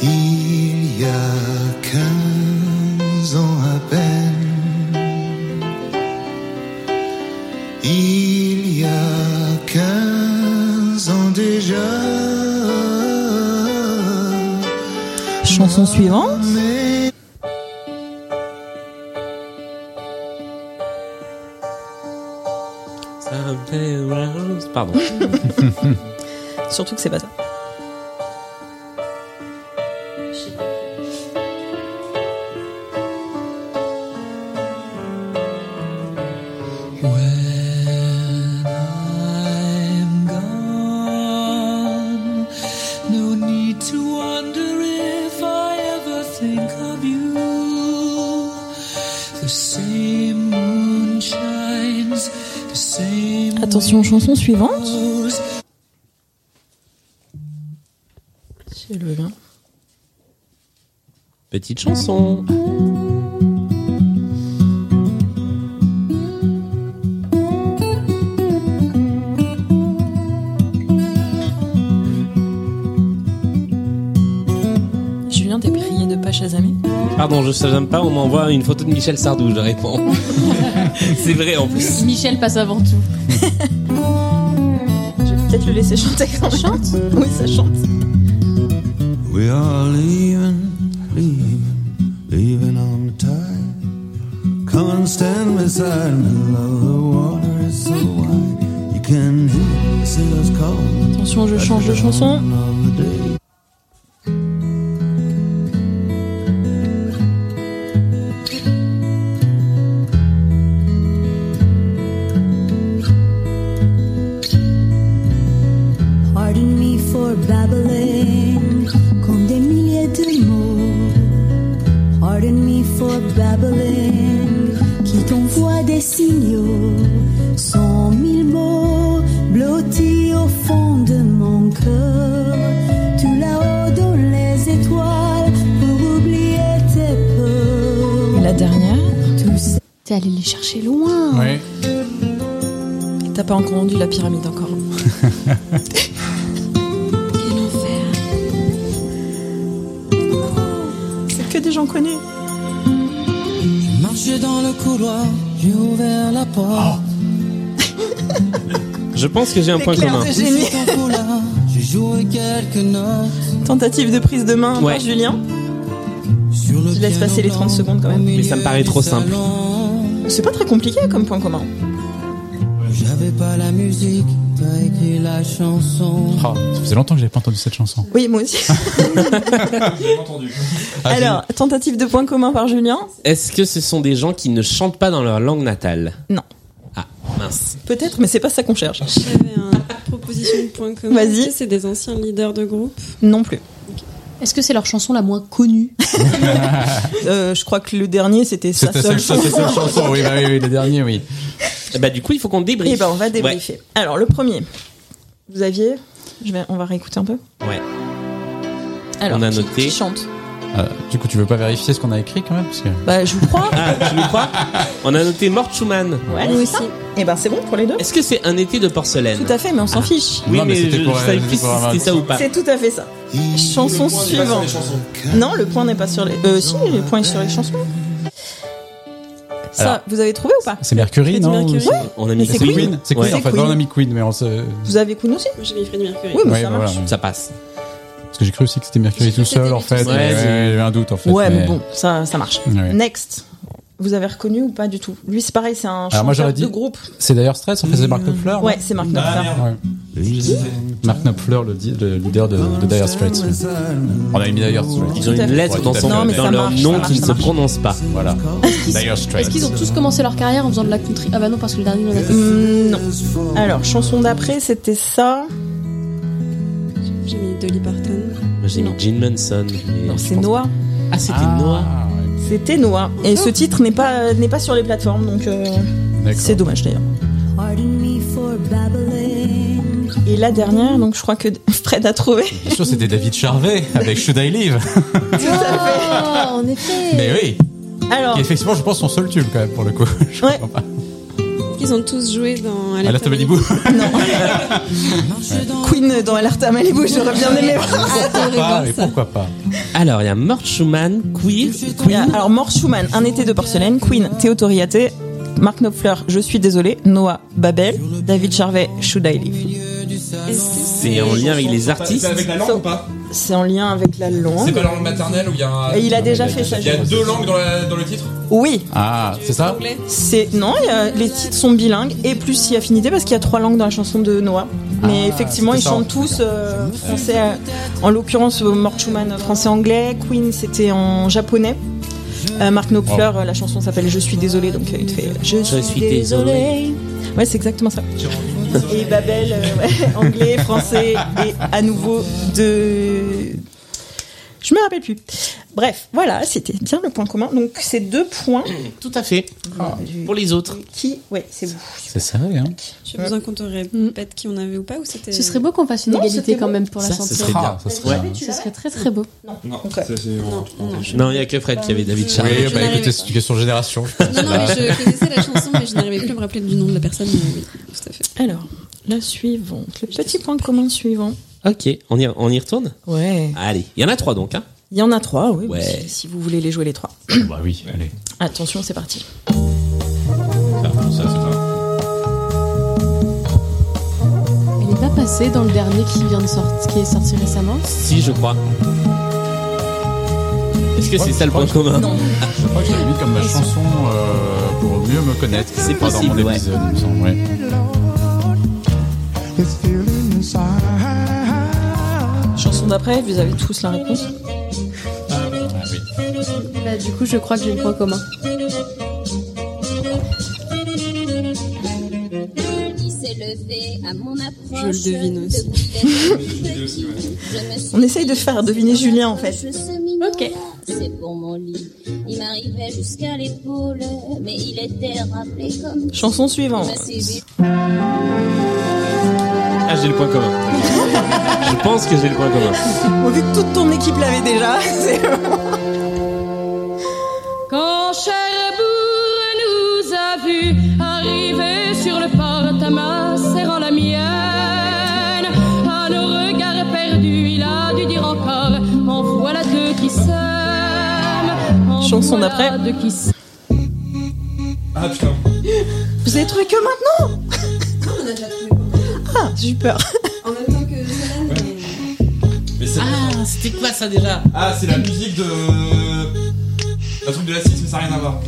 Speaker 7: Il y a 15 ans à peine, il y a 15 ans déjà,
Speaker 6: Chanson suivante.
Speaker 7: mais
Speaker 1: Pardon.
Speaker 6: Surtout que c'est pas ça.
Speaker 10: When I'm gone, no need to wonder if I ever think of you. The same moon shines, the same
Speaker 6: Attention, chanson suivante.
Speaker 10: windows
Speaker 6: C'est le lien.
Speaker 1: Petite chanson.
Speaker 6: Julien, t'es prié de pas chasamer
Speaker 1: Pardon, je sais j'aime pas. On m'envoie une photo de Michel Sardou. Je réponds. c'est vrai en plus.
Speaker 4: Michel passe avant tout.
Speaker 6: Je vais peut-être le laisser chanter quand même. Oui, ça chante.
Speaker 7: we are leaving, leaving, leaving on the tide. Come and stand beside me, love. The water is so wide, you can hear the sailors calling.
Speaker 6: Attention, je change de chanson.
Speaker 8: Pardon me for
Speaker 11: babbling qui t'envoie des signaux, cent mille mots blottis au fond de mon cœur. Tu là-haut dans les étoiles pour oublier tes peurs.
Speaker 6: La dernière
Speaker 11: T'es allé les chercher loin.
Speaker 2: Ouais.
Speaker 6: T'as pas encore rendu la pyramide encore.
Speaker 3: Quel enfer.
Speaker 6: C'est que des gens connus.
Speaker 10: J'ai marché dans le couloir, j'ai ouvert la porte.
Speaker 1: Ah. Je pense que j'ai un point commun.
Speaker 10: J'ai mis ton foulard, J'ai joué quelques notes
Speaker 6: Tentative de prise de main
Speaker 1: Ouais.
Speaker 6: par Julien.
Speaker 10: sur le
Speaker 6: Je laisse passer les 30 secondes quand même.
Speaker 1: Mais ça me paraît trop simple.
Speaker 6: C'est pas très compliqué comme point commun.
Speaker 10: J'avais pas la musique, t'as écrit la chanson.
Speaker 2: Ah, ça faisait longtemps que j'avais pas entendu cette chanson.
Speaker 6: Oui, moi aussi.
Speaker 5: J'ai entendu.
Speaker 2: Ah, j'ai-
Speaker 6: Alors, tentative de point commun par Julien.
Speaker 1: Est-ce que ce sont des gens qui ne chantent pas dans leur langue natale
Speaker 6: Non.
Speaker 1: Ah, mince.
Speaker 6: Peut-être, mais c'est pas ça qu'on cherche.
Speaker 3: J'avais une proposition de point commun.
Speaker 6: Vas-y.
Speaker 3: Tu sais, C'est des anciens leaders de groupe.
Speaker 6: Non plus.
Speaker 4: Est-ce que c'est leur chanson la moins connue
Speaker 6: Euh, je crois que le dernier, c'était sa
Speaker 2: C'était
Speaker 6: seule
Speaker 2: cette
Speaker 6: chose.
Speaker 2: chanson, oui, bah oui, oui, le dernier, oui.
Speaker 1: Eh Bah, du coup, il faut qu'on débriefe.
Speaker 6: Eh ben, on va débriefer. Alors, le premier. Vous aviez... Je vais... On va réécouter un peu.
Speaker 1: Ouais. ouais.
Speaker 6: Alors,
Speaker 1: On a
Speaker 6: qui-
Speaker 1: noté.
Speaker 6: Qui chante
Speaker 2: Euh, du coup, tu veux pas vérifier ce qu'on a écrit quand même parce que...
Speaker 6: Bah, je vous crois.
Speaker 1: Ah, tu nous crois On a noté Mort Schumann.
Speaker 3: Moi
Speaker 6: Ouais, c'est
Speaker 3: aussi.
Speaker 6: ça. Eh ben, c'est bon pour les deux.
Speaker 1: Est-ce que c'est un été de porcelaine
Speaker 6: Tout à fait, mais on s'en fiche.
Speaker 1: Oui,
Speaker 2: Non, mais
Speaker 1: mais,
Speaker 2: c'était
Speaker 1: je,
Speaker 2: pour-
Speaker 1: je savais
Speaker 2: c'était
Speaker 1: plus si
Speaker 2: pour avoir-
Speaker 1: c'était ça ou pas.
Speaker 6: C'est tout à fait ça. Chanson suivante. Non, le point n'est pas sur les. Euh, si, le point est sur les chansons. Ça,
Speaker 2: Alors.
Speaker 6: vous avez trouvé ou pas
Speaker 2: C'est Mercury,
Speaker 6: Freddie
Speaker 2: non
Speaker 6: Mercury.
Speaker 2: ou-
Speaker 6: Ouais.
Speaker 1: On a
Speaker 6: Mais
Speaker 1: mis
Speaker 6: c'est
Speaker 2: C'est Queen,
Speaker 6: Queen.
Speaker 2: C'est Queen,
Speaker 1: Ouais.
Speaker 2: en fait.
Speaker 6: C'est
Speaker 2: Non, on a mis Queen, mais on se... Oui,
Speaker 6: Vous avez Queen aussi
Speaker 3: Moi, j'ai mis Freddie Mercury.
Speaker 6: Oui, mais
Speaker 2: bah
Speaker 6: ça
Speaker 2: voilà.
Speaker 6: marche.
Speaker 1: Ça passe.
Speaker 2: Parce que j'ai cru aussi que c'était Mercury tout seul, en fait.
Speaker 1: Ouais, c'est-
Speaker 2: J'avais un doute, en fait.
Speaker 6: Ouais, mais bon, ça, ça marche.
Speaker 2: Ouais.
Speaker 6: Next. Vous avez reconnu ou pas du tout Lui, c'est pareil, c'est un
Speaker 2: Alors moi,
Speaker 6: chanteur
Speaker 2: j'aurais
Speaker 6: de
Speaker 2: dit-
Speaker 6: groupe.
Speaker 2: C'est d'ailleurs Stress, on faisait Mark Knopfler.
Speaker 6: Ouais, c'est Marc
Speaker 5: Ah
Speaker 6: Knopfler.
Speaker 5: merde.
Speaker 2: Ouais. Mark Knopfler, le, di- le leader de, de Dire Straits. On a mis Dire Straits.
Speaker 1: Ils ont
Speaker 6: Tout à
Speaker 1: une
Speaker 6: fait.
Speaker 1: lettre
Speaker 2: Ouais,
Speaker 1: dans,
Speaker 2: tout à
Speaker 1: son,
Speaker 2: fait. Non, mais
Speaker 1: dans
Speaker 6: ça
Speaker 1: leur
Speaker 6: marche,
Speaker 1: nom
Speaker 6: ça marche,
Speaker 1: qui ne
Speaker 6: ça
Speaker 1: se
Speaker 6: marche.
Speaker 1: prononce pas.
Speaker 2: Voilà. Dire
Speaker 4: Est-ce qu'ils
Speaker 2: Straits.
Speaker 4: ont tous commencé leur carrière en faisant de la country Ah bah non, parce que le dernier, on a fait.
Speaker 6: Hum, non. Alors, chanson d'après, c'était ça.
Speaker 3: J'ai mis Dolly Parton.
Speaker 1: Moi, J'ai mis
Speaker 6: Non.
Speaker 1: Gene Manson. mais
Speaker 6: Non,
Speaker 1: je
Speaker 6: c'est
Speaker 1: pense-
Speaker 6: Noah.
Speaker 1: Ah, c'était Noah.
Speaker 2: Ah, ouais.
Speaker 6: C'était Noah. Et ce titre n'est pas, n'est pas sur les plateformes, donc euh,
Speaker 2: Ah. D'accord.
Speaker 6: c'est dommage d'ailleurs.
Speaker 11: Pardon me for babbling.
Speaker 6: Et la dernière, donc je crois que Fred a trouvé.
Speaker 2: Bien sûr, c'était David Charvet avec Should I Live.
Speaker 4: Oh, en effet
Speaker 2: Mais oui,
Speaker 6: Alors,
Speaker 2: qui est effectivement, je pense, son seul tube quand même pour le coup. Je
Speaker 6: Ouais.
Speaker 2: comprends pas.
Speaker 3: Ils ont tous joué dans
Speaker 2: À la Malibu.
Speaker 6: Queen dans Alerta Malibu, j'aurais bien aimé voir.
Speaker 2: Pourquoi pas Et Ah, pourquoi pas
Speaker 1: Alors, il y a Mort Schumann, Queer,
Speaker 6: Il y a- Alors, Mort Schumann, Un été de porcelaine, Queen, Théotoriaté, Marc Knopfler, Je suis désolé, Noah, Babel, David Charvet, Should I Live.
Speaker 1: c'est en lien avec les artistes.
Speaker 5: C'est avec la langue
Speaker 6: So-
Speaker 5: ou pas
Speaker 6: C'est en lien avec la
Speaker 5: C'est
Speaker 6: langue.
Speaker 5: pas la langue maternelle où il y a un-
Speaker 6: Et il a déjà
Speaker 2: il a
Speaker 6: fait
Speaker 2: déjà
Speaker 6: ça.
Speaker 5: Il y a deux langues dans, la- dans le titre
Speaker 6: Oui,
Speaker 2: Ah, c'est ça
Speaker 6: c'est non, il y a- les titres sont bilingues et plus si affinité parce qu'il y a trois langues dans la chanson de Noah. Mais
Speaker 2: Ah,
Speaker 6: effectivement,
Speaker 2: c'était
Speaker 6: ils
Speaker 2: ça,
Speaker 6: chantent
Speaker 2: en-
Speaker 6: tous euh, français. euh, en l'occurrence, euh, Mort Schumann français-anglais, Queen c'était en japonais. Euh, Marc Knopfler, euh, la chanson s'appelle Je suis désolé, donc euh, il te fait Je suis,
Speaker 1: suis
Speaker 6: désolé. Ouais, c'est exactement ça. Et Babel, euh, ouais, anglais, français, et à nouveau de. Je me rappelle plus. Bref, voilà, c'était bien le point commun. Donc, ces deux points.
Speaker 1: Tout à fait.
Speaker 6: du-
Speaker 2: Ah.
Speaker 1: Pour les autres.
Speaker 6: Qui Ouais, c'est vous.
Speaker 2: C'est serré, hein
Speaker 3: J'ai besoin qu'on te
Speaker 6: Mm.
Speaker 3: répète qui on avait ou pas ou c'était.
Speaker 4: Ce serait beau qu'on fasse une
Speaker 6: Non,
Speaker 4: égalité
Speaker 6: c'était
Speaker 4: quand
Speaker 6: bon.
Speaker 4: même pour la
Speaker 1: Ça, ce
Speaker 4: santé.
Speaker 1: serait bien.
Speaker 2: Ah, ça serait bien.
Speaker 4: Ce serait très très beau.
Speaker 5: Non,
Speaker 6: Ok.
Speaker 5: ça, c'est-
Speaker 3: Non, non, je-
Speaker 1: Non, il y a que Fred qui avait David Charles.
Speaker 2: Oui,
Speaker 3: Je
Speaker 2: bah
Speaker 3: n'arrivais
Speaker 2: écoutez, c'est une question de génération. je pense.
Speaker 3: Non, non, mais
Speaker 1: Bah.
Speaker 3: je connaissais la chanson, mais je n'arrivais plus à me rappeler du nom de la personne. mais oui, tout à fait.
Speaker 6: Alors, la suivante. Le petit point commun suivant.
Speaker 1: Ok, on y, on y retourne
Speaker 6: Ouais.
Speaker 1: Allez, il y en a trois donc. Hein.
Speaker 6: Il y en a trois, oui.
Speaker 1: Ouais.
Speaker 6: Si, si vous voulez les jouer les trois.
Speaker 2: bah oui, allez.
Speaker 6: Attention, c'est parti.
Speaker 4: Il n'est pas passé dans le dernier qui vient de sortir, qui est sorti récemment.
Speaker 1: Si, je crois. Est-ce que c'est ça le point commun
Speaker 6: Non.
Speaker 2: Je crois que j'avais mis comme ma chanson euh, pour mieux me connaître.
Speaker 1: C'est
Speaker 2: pas dans
Speaker 1: possible,
Speaker 2: mon
Speaker 1: ouais.
Speaker 2: épisode, il me semble. ouais.
Speaker 6: Chanson d'après, vous avez tous la réponse.
Speaker 2: Ah oui.
Speaker 4: Bah, du coup, je crois que j'ai le point commun.
Speaker 11: C'est le
Speaker 12: motivée à mon approche.
Speaker 3: Je le devine aussi.
Speaker 6: On essaye de faire deviner Julien en fait.
Speaker 12: Ok. C'est pour mon lit. Il m'arrivait jusqu'à l'épaule, mais il était rappelé comme.
Speaker 6: Chanson suivante.
Speaker 1: Ah, j'ai le point commun. Je pense que j'ai le point commun.
Speaker 6: Bon, vu que toute ton équipe l'avait déjà, c'est
Speaker 10: Quand Cherbourg nous a vus arriver sur le port Tamas, serrant la mienne, à nos regards perdus, il a dû dire encore En voilà deux qui s'aiment. en
Speaker 6: Chanson
Speaker 10: voilà
Speaker 6: d'après.
Speaker 10: deux qui s'aiment.
Speaker 5: Ah putain.
Speaker 6: Vous avez trouvé que maintenant Ah, j'ai eu peur.
Speaker 3: En même temps que Solène,
Speaker 5: Mais c'est-
Speaker 1: Ah, c'était quoi ça déjà
Speaker 5: Ah, c'est la musique de. La truc de la 6, mais ça n'a rien à voir.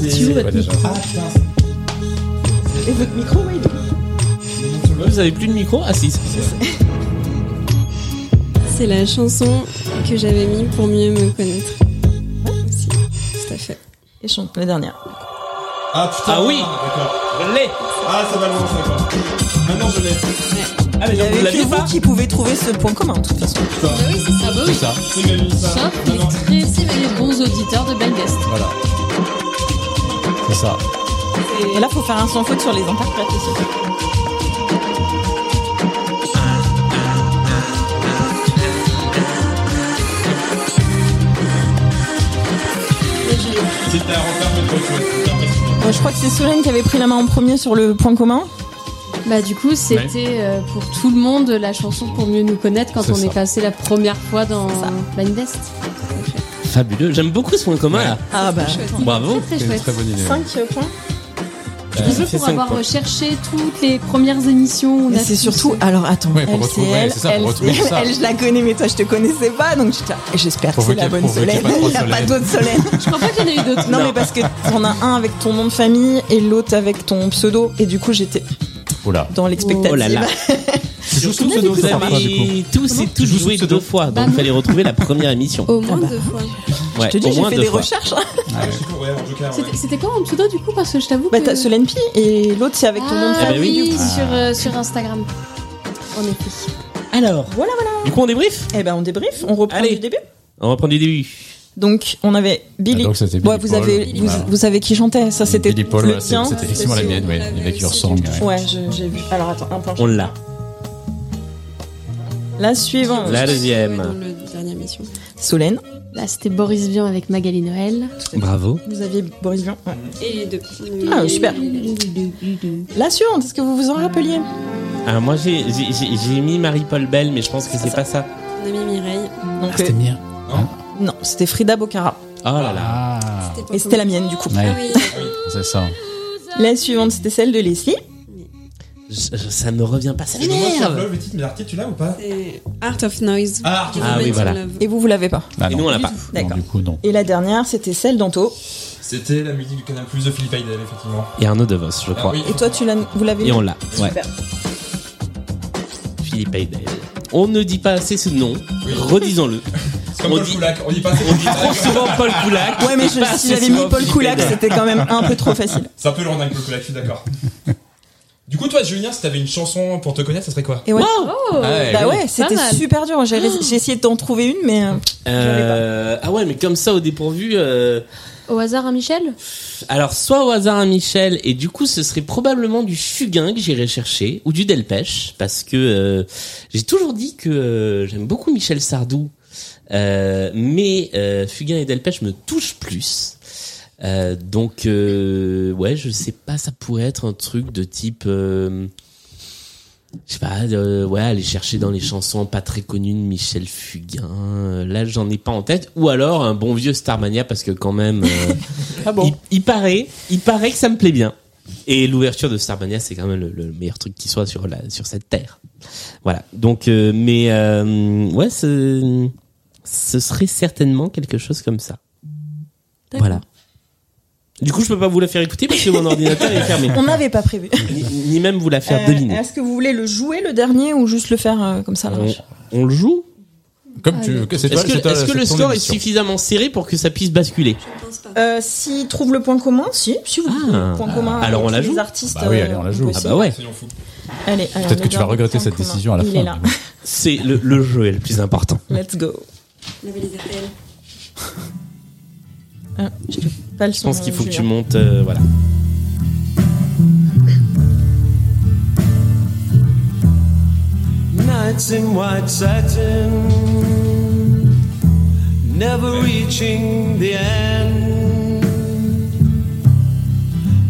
Speaker 6: C'est- tu ouvres votre micro.
Speaker 5: Ah putain, c'est-
Speaker 6: Et votre micro, oui.
Speaker 1: Vous avez plus de micro Ah, si.
Speaker 3: C'est la chanson que j'avais mis pour mieux me connaître. Aussi, tout à fait.
Speaker 6: Et chante la dernière.
Speaker 5: Ah putain.
Speaker 1: Ah oui.
Speaker 5: D'accord.
Speaker 1: Je l'ai.
Speaker 5: Ah, ça va loin, ça va. Maintenant, je l'ai.
Speaker 1: Ah, mais
Speaker 6: Il
Speaker 1: donc,
Speaker 6: y
Speaker 1: vous
Speaker 6: avait que
Speaker 1: l'aviez
Speaker 6: vous
Speaker 1: pas
Speaker 6: qui pouvez trouver ce point commun, de toute façon.
Speaker 10: Ah
Speaker 5: Putain.
Speaker 4: oui, c'est ça, bah
Speaker 2: C'est
Speaker 4: oui.
Speaker 2: ça.
Speaker 5: C'est Mélanie, ça.
Speaker 4: Sauf les très très bons auditeurs de Belguest.
Speaker 2: Voilà. C'est ça.
Speaker 6: Et là, faut faire un sans faute sur les interprètes aussi.
Speaker 5: C'était à refaire, mais trop chouette.
Speaker 6: Euh, je crois que c'est Solène qui avait pris la main en premier sur le point commun.
Speaker 4: Bah du coup, c'était euh, pour tout le monde la chanson pour mieux nous connaître quand
Speaker 1: C'est
Speaker 4: on
Speaker 1: ça.
Speaker 4: est passé la première fois dans Blind Best.
Speaker 1: Fabuleux. J'aime beaucoup ce point commun là.
Speaker 6: Ah bah.
Speaker 1: Bravo.
Speaker 4: Très chouette.
Speaker 2: bonne idée.
Speaker 6: 5 points.
Speaker 1: Euh,
Speaker 4: Désolée
Speaker 1: c'est
Speaker 4: pour
Speaker 1: cinq
Speaker 4: avoir
Speaker 1: points.
Speaker 4: recherché toutes les premières émissions.
Speaker 6: Mais c'est surtout. Alors attends,
Speaker 2: Ouais, pour
Speaker 6: elle, c'est
Speaker 2: retrouver-
Speaker 6: elle.
Speaker 2: c'est ça, pour
Speaker 6: elle,
Speaker 2: retrouver
Speaker 6: c'est
Speaker 2: ça.
Speaker 6: elle, je la connais, mais toi, je te connaissais pas. Donc j'étais là, Et j'espère que
Speaker 2: Pour
Speaker 6: c'est
Speaker 2: vous qu'il
Speaker 6: la
Speaker 2: y ait-
Speaker 6: bonne
Speaker 2: pour vous qu'il y ait
Speaker 6: Solène.
Speaker 2: pas trop
Speaker 6: Il n'y a
Speaker 2: de
Speaker 6: pas
Speaker 2: Solène.
Speaker 6: d'autres Solène.
Speaker 4: Je crois pas qu'il y en ait eu d'autres.
Speaker 6: Non, mais parce que t'en as un avec ton nom de famille et l'autre avec ton pseudo. Et du coup, j'étais
Speaker 2: Oula.
Speaker 6: dans l'expectative.
Speaker 1: Oh là là.
Speaker 6: bah.
Speaker 1: Surtout que vous avez tous et toutes joué deux fois, donc il fallait retrouver la première émission.
Speaker 4: Ah
Speaker 3: Au
Speaker 4: bah.
Speaker 3: moins deux fois.
Speaker 1: Ouais,
Speaker 6: Bah, Oh, je te
Speaker 1: au
Speaker 6: dis, j'ai
Speaker 1: moins
Speaker 6: fait
Speaker 1: deux
Speaker 6: des
Speaker 1: fois.
Speaker 6: recherches.
Speaker 5: Ah, je sais pas, ouais, en joker. ouais.
Speaker 4: C'était- C'était quoi mon pseudo du coup Parce que je t'avoue
Speaker 6: Bah,
Speaker 4: que...
Speaker 6: t'as Solène Pi et l'autre, c'est avec ton nom de
Speaker 4: Ah,
Speaker 1: Eh ben
Speaker 6: famille.
Speaker 1: oui.
Speaker 4: oui, sur, euh, sur Instagram. En effet.
Speaker 1: Alors,
Speaker 6: Voilà, voilà.
Speaker 1: du coup, on débrief
Speaker 6: Eh ben, on débrief, on reprend
Speaker 1: Allez.
Speaker 6: du début.
Speaker 1: On reprend du début.
Speaker 6: Donc, on avait Billy.
Speaker 2: Ah, donc, c'était
Speaker 6: Ouais,
Speaker 2: Billy
Speaker 6: vous,
Speaker 2: Paul.
Speaker 6: avez,
Speaker 2: Billy
Speaker 6: vous,
Speaker 2: Paul.
Speaker 6: vous savez qui chantait, ça c'était
Speaker 2: Billy Paul,
Speaker 6: le
Speaker 2: ouais,
Speaker 6: tien.
Speaker 2: c'est- c'était effectivement la mienne, ouais, avec Your Song. ouais.
Speaker 6: Ouais, je- j'ai vu. Alors attends, un point.
Speaker 1: On l'a.
Speaker 6: La suivante.
Speaker 1: La
Speaker 3: Dans
Speaker 1: deuxième.
Speaker 3: le dernière mission.
Speaker 6: Solène.
Speaker 4: Là, c'était Boris Vian avec Magali Noël.
Speaker 1: Bravo.
Speaker 6: Vous aviez Boris Vian. ouais.
Speaker 3: Et les deux.
Speaker 6: Ah, super. La suivante, est-ce que vous vous en rappeliez
Speaker 1: Ah, moi, j'ai- j'ai j'ai- j'ai mis Marie-Paul Belle, mais je pense que c'est pas ça.
Speaker 3: On a mis Mireille.
Speaker 6: Donc,
Speaker 2: Ah, c'était
Speaker 6: euh,
Speaker 2: bien.
Speaker 6: Non, c'était Frida Bocara.
Speaker 1: Oh là là.
Speaker 2: Ah.
Speaker 6: Et c'était la mienne du coup.
Speaker 3: Ah
Speaker 2: Ouais,
Speaker 3: oui.
Speaker 2: c'est ça.
Speaker 6: La suivante, c'était celle de Leslie.
Speaker 1: Je- je- ça me revient pas, ça
Speaker 5: Je me demande si on
Speaker 1: m'énerve.
Speaker 5: peut le titre, mais l'artiste, tu l'as ou pas
Speaker 3: c'est Art of Noise.
Speaker 5: Ah, Art of
Speaker 1: Ah oui, voilà.
Speaker 6: Et vous, vous l'avez pas.
Speaker 5: Bah
Speaker 2: Ah,
Speaker 1: Et nous, on l'a pas.
Speaker 2: Non,
Speaker 6: D'accord.
Speaker 2: du coup, non.
Speaker 6: Et la dernière, c'était celle d'Anto.
Speaker 5: C'était la musique du Canal Plus de Philippe Aydel, effectivement.
Speaker 1: Et Arnaud Devos, je
Speaker 5: Ah
Speaker 1: crois.
Speaker 5: oui.
Speaker 6: Et toi, tu l'as, vous l'avez
Speaker 1: Et
Speaker 6: eu
Speaker 1: on l'a. Ouais.
Speaker 6: Super.
Speaker 1: Philippe Aydel. On ne dit pas assez ce nom.
Speaker 5: Oui.
Speaker 1: Redisons-le.
Speaker 5: C'est comme
Speaker 1: On
Speaker 5: Paul
Speaker 1: dit-
Speaker 5: Koulak, on dit pas c'est
Speaker 1: On dit trop souvent Paul Koulak.
Speaker 6: Ouais, mais je-
Speaker 1: Pas
Speaker 6: si
Speaker 1: assez
Speaker 6: j'avais
Speaker 1: souvent
Speaker 6: mis Paul
Speaker 1: Philippe
Speaker 6: Koulak,
Speaker 1: Aydel.
Speaker 6: c'était quand même un peu trop facile.
Speaker 5: C'est un peu le rendin Paul Koulak, je suis d'accord. Du coup, toi, Julien, si t'avais une chanson pour te connaître, ça serait quoi
Speaker 6: Et ouais.
Speaker 4: Oh
Speaker 2: Ouais,
Speaker 6: Bah
Speaker 2: cool.
Speaker 6: ouais, c'était
Speaker 4: mal.
Speaker 6: super dur. J'ai j'ai essayé d'en trouver une, mais euh,
Speaker 1: Euh, ah ouais, mais comme ça au dépourvu. euh,
Speaker 4: Au hasard, un Michel
Speaker 1: alors soit au hasard un Michel et du coup ce serait probablement du Fugain que j'irais chercher ou du Delpech parce que euh, j'ai toujours dit que euh, j'aime beaucoup Michel Sardou, euh, mais euh, Fugain et Delpech me touchent plus. Euh, donc euh, ouais, je sais pas, ça pourrait être un truc de type. euh, je sais pas, euh, ouais, aller chercher dans les chansons pas très connues de Michel Fugain. Euh, Là, j'en ai pas en tête. Ou alors un bon vieux Starmania parce que quand même, euh, il, il paraît, il paraît que ça me plaît bien. Et l'ouverture de Starmania, c'est quand même le, le meilleur truc qui soit sur la sur cette terre. Voilà. Donc, euh, mais euh, ouais, ce, ce serait certainement quelque chose comme ça.
Speaker 3: D'accord.
Speaker 1: Voilà. Du coup, je peux pas vous la faire écouter parce que mon ordinateur est fermé.
Speaker 6: on n'avait pas prévu.
Speaker 1: Ni, ni même vous la faire
Speaker 6: Euh,
Speaker 1: deviner.
Speaker 6: Est-ce que vous voulez le jouer le dernier ou juste le faire euh, comme ça à l'arrache
Speaker 1: On, on le joue
Speaker 2: Comme tu veux.
Speaker 1: Ah, Est-ce
Speaker 2: C'est toi-
Speaker 1: que,
Speaker 2: c'est toi-
Speaker 1: est-ce que
Speaker 2: c'est
Speaker 1: le
Speaker 2: ton
Speaker 1: score
Speaker 2: émission.
Speaker 1: est suffisamment serré pour que ça puisse basculer
Speaker 6: Euh, S'il trouve le point commun, si, si vous trouvez le point commun.
Speaker 1: Ah. Alors
Speaker 6: avec
Speaker 1: on la
Speaker 6: tous
Speaker 1: joue
Speaker 6: Les artistes, euh,
Speaker 1: Bah oui, allez, on la joue. Ah bah ouais.
Speaker 6: Allez, alors,
Speaker 1: Peut-être que
Speaker 6: on
Speaker 1: tu vas
Speaker 6: regarde
Speaker 1: regretter
Speaker 6: le point
Speaker 1: cette
Speaker 6: commun.
Speaker 1: décision à la
Speaker 6: Il
Speaker 1: fin.
Speaker 6: est là.
Speaker 1: C'est le, le jeu est le plus important.
Speaker 6: Let's go. Ah, j'ai pas le
Speaker 1: Je
Speaker 6: son,
Speaker 1: pense qu'il
Speaker 6: euh,
Speaker 1: faut que tu
Speaker 6: Julien.
Speaker 1: montes. euh, voilà.
Speaker 7: Nights in white satin, never reaching the end.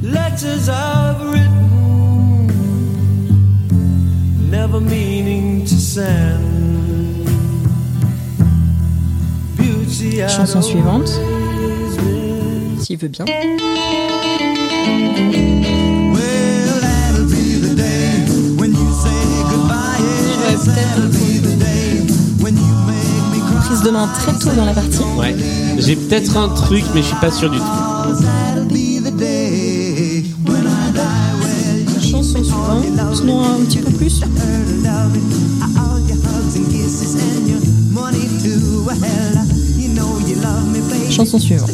Speaker 7: Letters I've written, never meaning to send. Beauty I'd
Speaker 6: Chanson suivante.
Speaker 7: always miss.
Speaker 6: S'il veut bien.
Speaker 7: Well, that'll be the day when you say goodbye. Yes, that'll be the day when you make me cry.
Speaker 6: Prise de main très tôt dans la partie.
Speaker 1: Ouais. J'ai peut-être un truc, mais je suis pas sûr du tout.
Speaker 7: That'll be the day when I die. Well, you
Speaker 6: Chanson suivante. Sinon, un petit peu plus.
Speaker 7: heard of loving. I all your hugs and kisses and your money too. Well, you know you love me, baby.
Speaker 6: Chanson suivante.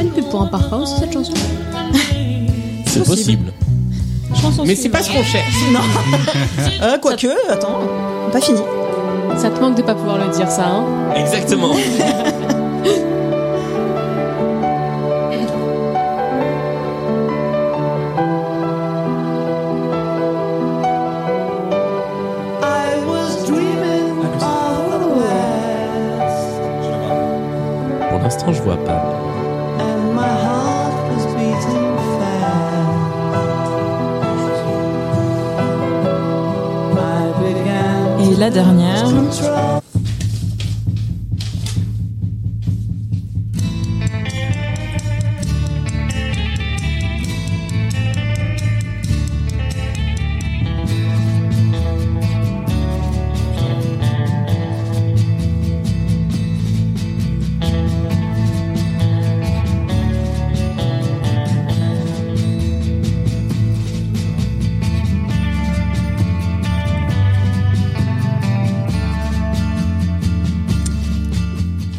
Speaker 4: Une pub pour un parfum aussi, cette chanson
Speaker 1: C'est possible.
Speaker 4: Chanson
Speaker 1: Mais c'est pas ce qu'on cherche.
Speaker 6: Non. euh, Quoique, attends, pas fini.
Speaker 4: Ça te manque de pas pouvoir le dire, ça, hein
Speaker 1: Exactement.
Speaker 7: I was dreaming
Speaker 2: Ah,
Speaker 7: all the while,
Speaker 1: Pour l'instant, je vois pas.
Speaker 7: and my heart was beating fast. I began
Speaker 6: Et la dernière.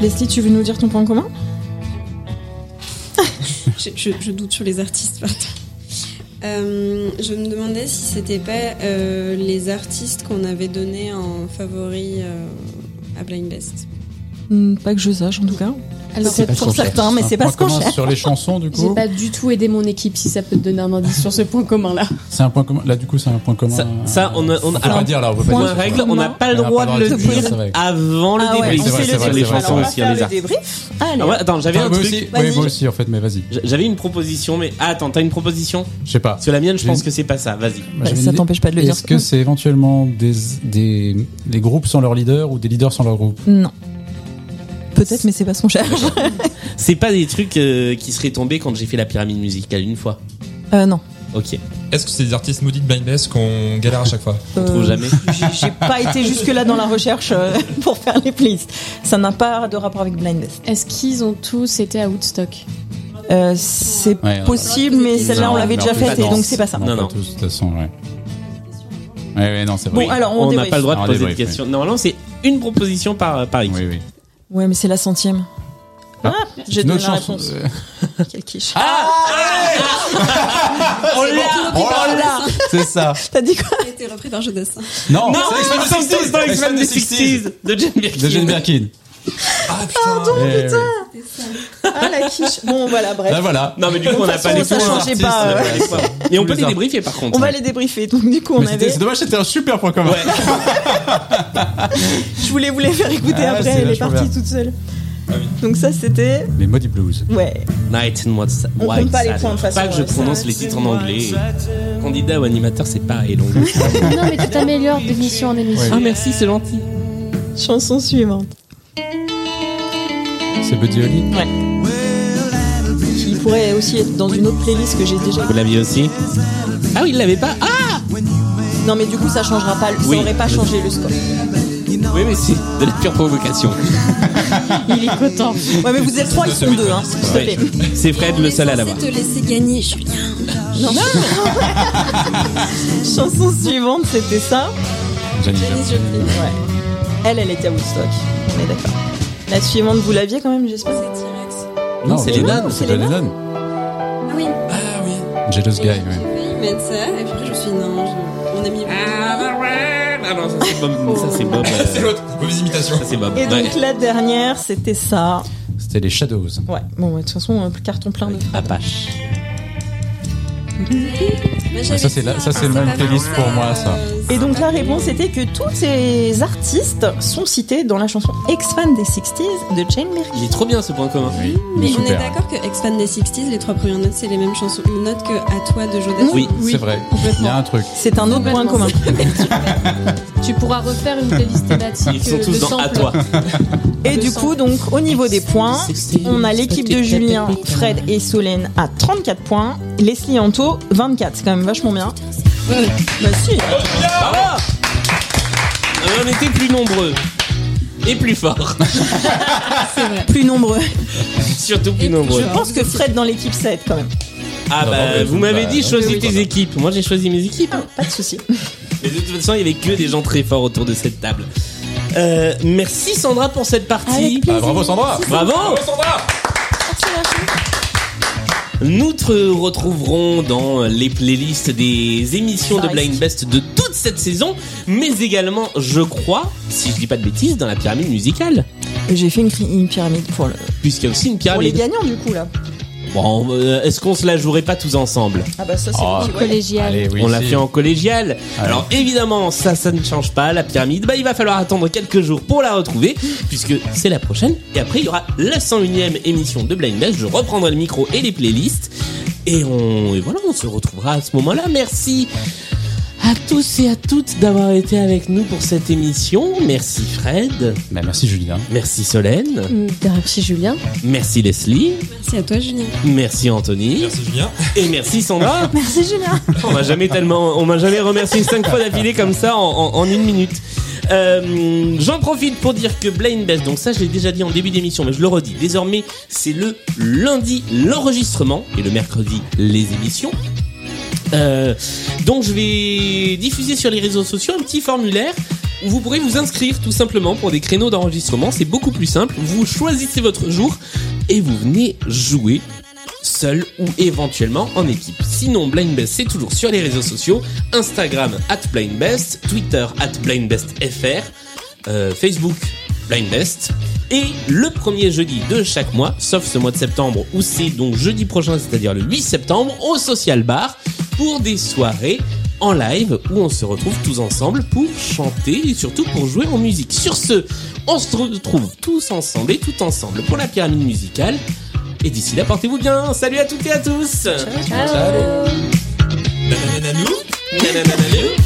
Speaker 6: Leslie, tu veux nous dire ton point commun
Speaker 3: je, je- je doute sur les artistes, pardon. Euh, je me demandais si c'était pas euh, les artistes qu'on avait donnés en favori euh, à Blind Best.
Speaker 6: Hmm, Pas que je sache en tout cas.
Speaker 4: Alors,
Speaker 6: C'est
Speaker 2: pas ce
Speaker 6: pour
Speaker 2: qu'on cherche.
Speaker 6: certains, mais
Speaker 2: Un
Speaker 6: c'est pas
Speaker 2: point
Speaker 6: ce qu'on
Speaker 2: commun
Speaker 6: cherche.
Speaker 2: Sur les chansons, du
Speaker 4: J'ai
Speaker 1: Oh.
Speaker 2: coup,
Speaker 4: pas du tout aidé mon équipe, si ça peut te donner un indice sur ce point commun-là.
Speaker 2: c'est un point commun. Là, du coup, c'est un point commun.
Speaker 1: Ça, ça, on a, on a-
Speaker 2: Faut pas dire là, on peut pas
Speaker 1: point
Speaker 2: dire ça.
Speaker 1: règle, on n'a pas le
Speaker 2: On n'a
Speaker 1: droit
Speaker 2: pas
Speaker 1: de le dire
Speaker 2: c'est vrai.
Speaker 1: avant le
Speaker 6: Ah ouais,
Speaker 1: débrief
Speaker 6: on fait le
Speaker 1: sur les
Speaker 2: débrief.
Speaker 1: chansons
Speaker 2: Alors,
Speaker 1: ou
Speaker 2: on va
Speaker 1: sur les artistes.
Speaker 6: débrief. Allez.
Speaker 1: Ah ouais, attends, j'avais
Speaker 2: Enfin,
Speaker 1: un
Speaker 2: moi
Speaker 1: truc.
Speaker 2: aussi,
Speaker 6: vas-y.
Speaker 2: oui, moi aussi, en fait, mais vas-y.
Speaker 1: J- J'avais une proposition, mais ah, attends, t'as une proposition
Speaker 2: Je sais pas.
Speaker 1: Parce que la mienne, je
Speaker 2: J'ai
Speaker 1: pense
Speaker 2: une-
Speaker 1: que c'est pas ça. Vas-y.
Speaker 2: Moi, j'avais
Speaker 6: Bah,
Speaker 2: une
Speaker 6: ça
Speaker 2: idée.
Speaker 6: t'empêche pas de le dire.
Speaker 2: Est-ce que c'est éventuellement des, des, des groupes sans leur leader ou des leaders sans leur groupe
Speaker 6: Non. Peut-être, mais c'est pas ce qu'on cherche.
Speaker 1: C'est pas des trucs euh, qui seraient tombés quand j'ai fait la pyramide musicale une fois.
Speaker 6: Euh, non.
Speaker 1: Ok.
Speaker 5: Est-ce que c'est des artistes maudits de Blind Best qu'on galère à chaque fois
Speaker 1: On trouve
Speaker 6: Euh,
Speaker 1: jamais.
Speaker 6: j'ai- J'ai pas été jusque-là dans la recherche euh, pour faire les playlists. Ça n'a pas de rapport avec Blind Best.
Speaker 4: Est-ce qu'ils ont tous été à Woodstock
Speaker 6: Euh, c'est
Speaker 2: Ouais, non.
Speaker 6: possible, mais celle-là, on
Speaker 2: Non,
Speaker 6: l'avait
Speaker 2: non,
Speaker 6: déjà
Speaker 2: pas
Speaker 6: faite, et
Speaker 2: tous.
Speaker 6: donc c'est pas ça.
Speaker 2: Non,
Speaker 1: Non,
Speaker 2: pas
Speaker 1: non.
Speaker 2: tous, de toute façon, ouais. Ouais, ouais, non, c'est vrai.
Speaker 6: Bon, alors, on
Speaker 1: on n'a
Speaker 6: débrief.
Speaker 1: pas le droit de
Speaker 2: On
Speaker 1: poser de
Speaker 2: débrief,
Speaker 1: questions. Normalement, c'est une proposition par, par équipe.
Speaker 2: Oui, oui.
Speaker 6: Ouais, mais c'est la centième.
Speaker 2: Ah,
Speaker 6: j'ai
Speaker 2: Une
Speaker 6: donné
Speaker 2: autre
Speaker 6: la
Speaker 2: chanson.
Speaker 6: réponse. Ah,
Speaker 2: euh, Ah,
Speaker 6: Quel quiche. ah,
Speaker 1: On l'a
Speaker 2: oh là, C'est ça.
Speaker 6: T'as dit quoi
Speaker 3: Ça a été repris par Jodas.
Speaker 2: Non,
Speaker 1: Non,
Speaker 2: c'est
Speaker 1: c'est
Speaker 2: X-Men
Speaker 1: X-Men
Speaker 2: 60,
Speaker 1: dans X-Men
Speaker 2: X-Men
Speaker 1: des
Speaker 2: 60s.
Speaker 1: 60s de Jane Birkin.
Speaker 2: De Jane Birkin.
Speaker 5: Ah putain
Speaker 2: Eh, oui.
Speaker 6: Ah, la quiche. Bon, voilà, bref.
Speaker 2: Là, voilà.
Speaker 1: Non, mais du coup, on n'a pas
Speaker 6: façon,
Speaker 1: les hein.
Speaker 6: ça
Speaker 1: points.
Speaker 6: changeait pas,
Speaker 1: On a
Speaker 6: ouais.
Speaker 1: pas les points. Et on peut
Speaker 2: Les
Speaker 1: les
Speaker 2: arts.
Speaker 1: débriefer par contre.
Speaker 6: On va les débriefer. Donc, du coup, on
Speaker 2: Mais c'était-
Speaker 6: avait.
Speaker 2: C'est dommage, c'était un super point commun.
Speaker 6: Je voulais vous les faire écouter
Speaker 2: Ah,
Speaker 6: après,
Speaker 2: c'est
Speaker 6: elle est
Speaker 2: vachement
Speaker 6: partie
Speaker 2: bien.
Speaker 6: toute seule. Donc, ça, c'était.
Speaker 2: Les Muddy Blues.
Speaker 6: Ouais.
Speaker 1: Night and What's
Speaker 6: On compte pas les points, de toute façon,
Speaker 1: Pas que je
Speaker 6: euh, ça-
Speaker 1: prononce les titres en anglais. Candidat ou animateur, c'est pareil. l'anglais.
Speaker 4: Non, mais tu t'améliores d'émission en émission.
Speaker 1: Ah, merci, c'est gentil.
Speaker 6: Chanson suivante.
Speaker 7: Well,
Speaker 2: Buddy Holly.
Speaker 6: Ouais. Il pourrait aussi être dans une autre playlist que j'ai déjà.
Speaker 1: Vous l'aviez aussi Ah oui, il l'avait pas Ah
Speaker 6: Non, mais du coup, ça changera pas. Ça
Speaker 1: Oui.
Speaker 6: aurait pas changé le score.
Speaker 1: Oui, mais c'est de la pure provocation.
Speaker 6: Il est content. Ouais, mais vous êtes trois, ils sont deux, hein. S'il te plaît.
Speaker 1: Ouais. C'est Fred le seul à l'avoir.
Speaker 3: te laisser gagner, Julien.
Speaker 6: Non. Chanson suivante, c'était ça.
Speaker 3: Ah
Speaker 2: Janis Joplin.
Speaker 6: Ouais. Elle, elle était à Woodstock. On est d'accord. La suivante, vous l'aviez quand même, j'espère.
Speaker 2: Non,
Speaker 1: c'est
Speaker 2: John-
Speaker 1: Lennon,
Speaker 2: C'est pas Lennon.
Speaker 3: Ah oui.
Speaker 2: Jealous Guy, ouais.
Speaker 3: J'ai failli mettre ça, et puis après, je me suis dit, non, je- on a mis.
Speaker 1: Ah non, ça c'est Bob. Ça c'est Bob. euh,
Speaker 5: C'est l'autre. Mauvaise imitation.
Speaker 1: Ça c'est Bob.
Speaker 6: Oh. Et
Speaker 1: Ouais.
Speaker 6: donc la dernière, c'était ça.
Speaker 2: C'était les Shadows.
Speaker 6: Ouais, bon, ouais, de toute façon, le carton plein de.
Speaker 1: Apache.
Speaker 3: Mais
Speaker 2: Ça,
Speaker 3: j'avais
Speaker 2: c'est la- ça, c'est le
Speaker 3: pas euh,
Speaker 2: même playlist
Speaker 3: vraiment
Speaker 2: pour moi, ça.
Speaker 6: Et donc la réponse était que tous ces artistes sont cités dans la chanson Ex-fan des 60s de Jane Birkin.
Speaker 1: Il est trop bien ce point commun.
Speaker 2: Oui,
Speaker 3: Mais on est
Speaker 2: super.
Speaker 3: d'accord que Expand des 60s, les trois premières notes, c'est les mêmes chansons. Une note que À toi de Jodas.
Speaker 1: Oui.
Speaker 2: C'est vrai. Il y a un truc.
Speaker 6: C'est un autre point commun.
Speaker 4: Tu pourras refaire une playlist thématique.
Speaker 1: Ils sont
Speaker 4: euh,
Speaker 1: tous
Speaker 4: de
Speaker 1: dans à
Speaker 4: samples.
Speaker 1: toi.
Speaker 6: Et du coup, donc, au niveau des points, on a l'équipe de Julien, Fred et Solène à 34 points, Leslie Anto 24. C'est quand même vachement bien. Bah si.
Speaker 1: Bravo On était plus nombreux. Et plus forts.
Speaker 6: Plus nombreux.
Speaker 1: Surtout plus
Speaker 6: Je
Speaker 1: nombreux.
Speaker 6: pense que Fred dans l'équipe 7 quand même.
Speaker 1: Ah
Speaker 2: Non, non,
Speaker 1: bah,
Speaker 2: mais
Speaker 1: vous
Speaker 2: bah,
Speaker 1: m'avez dit,
Speaker 2: non,
Speaker 1: choisis
Speaker 2: oui,
Speaker 1: tes
Speaker 2: voilà.
Speaker 1: équipes. Moi j'ai choisi mes équipes.
Speaker 6: Ah, Pas de souci.
Speaker 1: Mais de toute façon, il y avait que des gens très forts autour de cette table. Euh, merci Sandra pour cette partie.
Speaker 2: Ah, bravo Sandra
Speaker 1: Bravo
Speaker 5: Sandra
Speaker 1: Nous te retrouverons dans les playlists des émissions de Blind Best de toute cette saison, mais également, je crois, si je dis pas de bêtises, dans la pyramide musicale.
Speaker 6: J'ai fait une, cri- une pyramide pour, le-
Speaker 1: Puisqu'il y a aussi une
Speaker 6: pour les
Speaker 1: pyramide.
Speaker 6: gagnants du coup là.
Speaker 1: Bon, euh, est-ce qu'on se la jouerait pas tous ensemble
Speaker 6: Ah bah ça c'est
Speaker 2: Ah,
Speaker 6: petit, ouais.
Speaker 4: Collégial.
Speaker 2: Allez, oui,
Speaker 1: On l'a
Speaker 2: si. Ah.
Speaker 1: fait en collégial.
Speaker 2: Allez.
Speaker 1: Alors évidemment, ça, ça ne change pas. La pyramide, bah, il va falloir attendre quelques jours pour la retrouver, puisque c'est la prochaine. Et après, il y aura la 101e émission de Blind Best. Je reprendrai le micro et les playlists. Et, on, et voilà, on se retrouvera à ce moment-là. Merci à tous et à toutes d'avoir été avec nous pour cette émission. Merci Fred.
Speaker 2: Bah, merci Julien.
Speaker 1: Merci Solène.
Speaker 4: Merci Julien.
Speaker 1: Merci Leslie.
Speaker 3: Merci à toi, Julien.
Speaker 1: Merci Anthony.
Speaker 5: Merci Julien.
Speaker 1: Et merci Sandra.
Speaker 6: Merci Julien.
Speaker 1: On m'a jamais tellement, on m'a jamais remercié cinq fois d'affilée comme ça en, en- en une minute. Euh, J'en profite pour dire que Blind Best, donc ça je l'ai déjà dit en début d'émission, mais je le redis, désormais c'est le lundi l'enregistrement et le mercredi les émissions. Euh, donc je vais diffuser sur les réseaux sociaux un petit formulaire où vous pourrez vous inscrire tout simplement pour des créneaux d'enregistrement. C'est beaucoup plus simple. Vous choisissez votre jour et vous venez jouer seul ou éventuellement en équipe. Sinon, Blind Best, c'est toujours sur les réseaux sociaux. Instagram, at Blind Best, Twitter, at Blind Best FR, euh, Facebook, Blind Best. Et le premier jeudi de chaque mois, sauf ce mois de septembre, où c'est donc jeudi prochain, c'est-à-dire le 8 septembre, au Social Bar, pour des soirées en live où on se retrouve tous ensemble pour chanter et surtout pour jouer en musique. Sur ce, on se retrouve tous ensemble et tout ensemble pour la pyramide musicale. Et d'ici là, portez-vous bien.
Speaker 4: Ah
Speaker 1: Salut à toutes et à tous.
Speaker 4: Ciao.
Speaker 5: Nananananou
Speaker 1: Nananananou.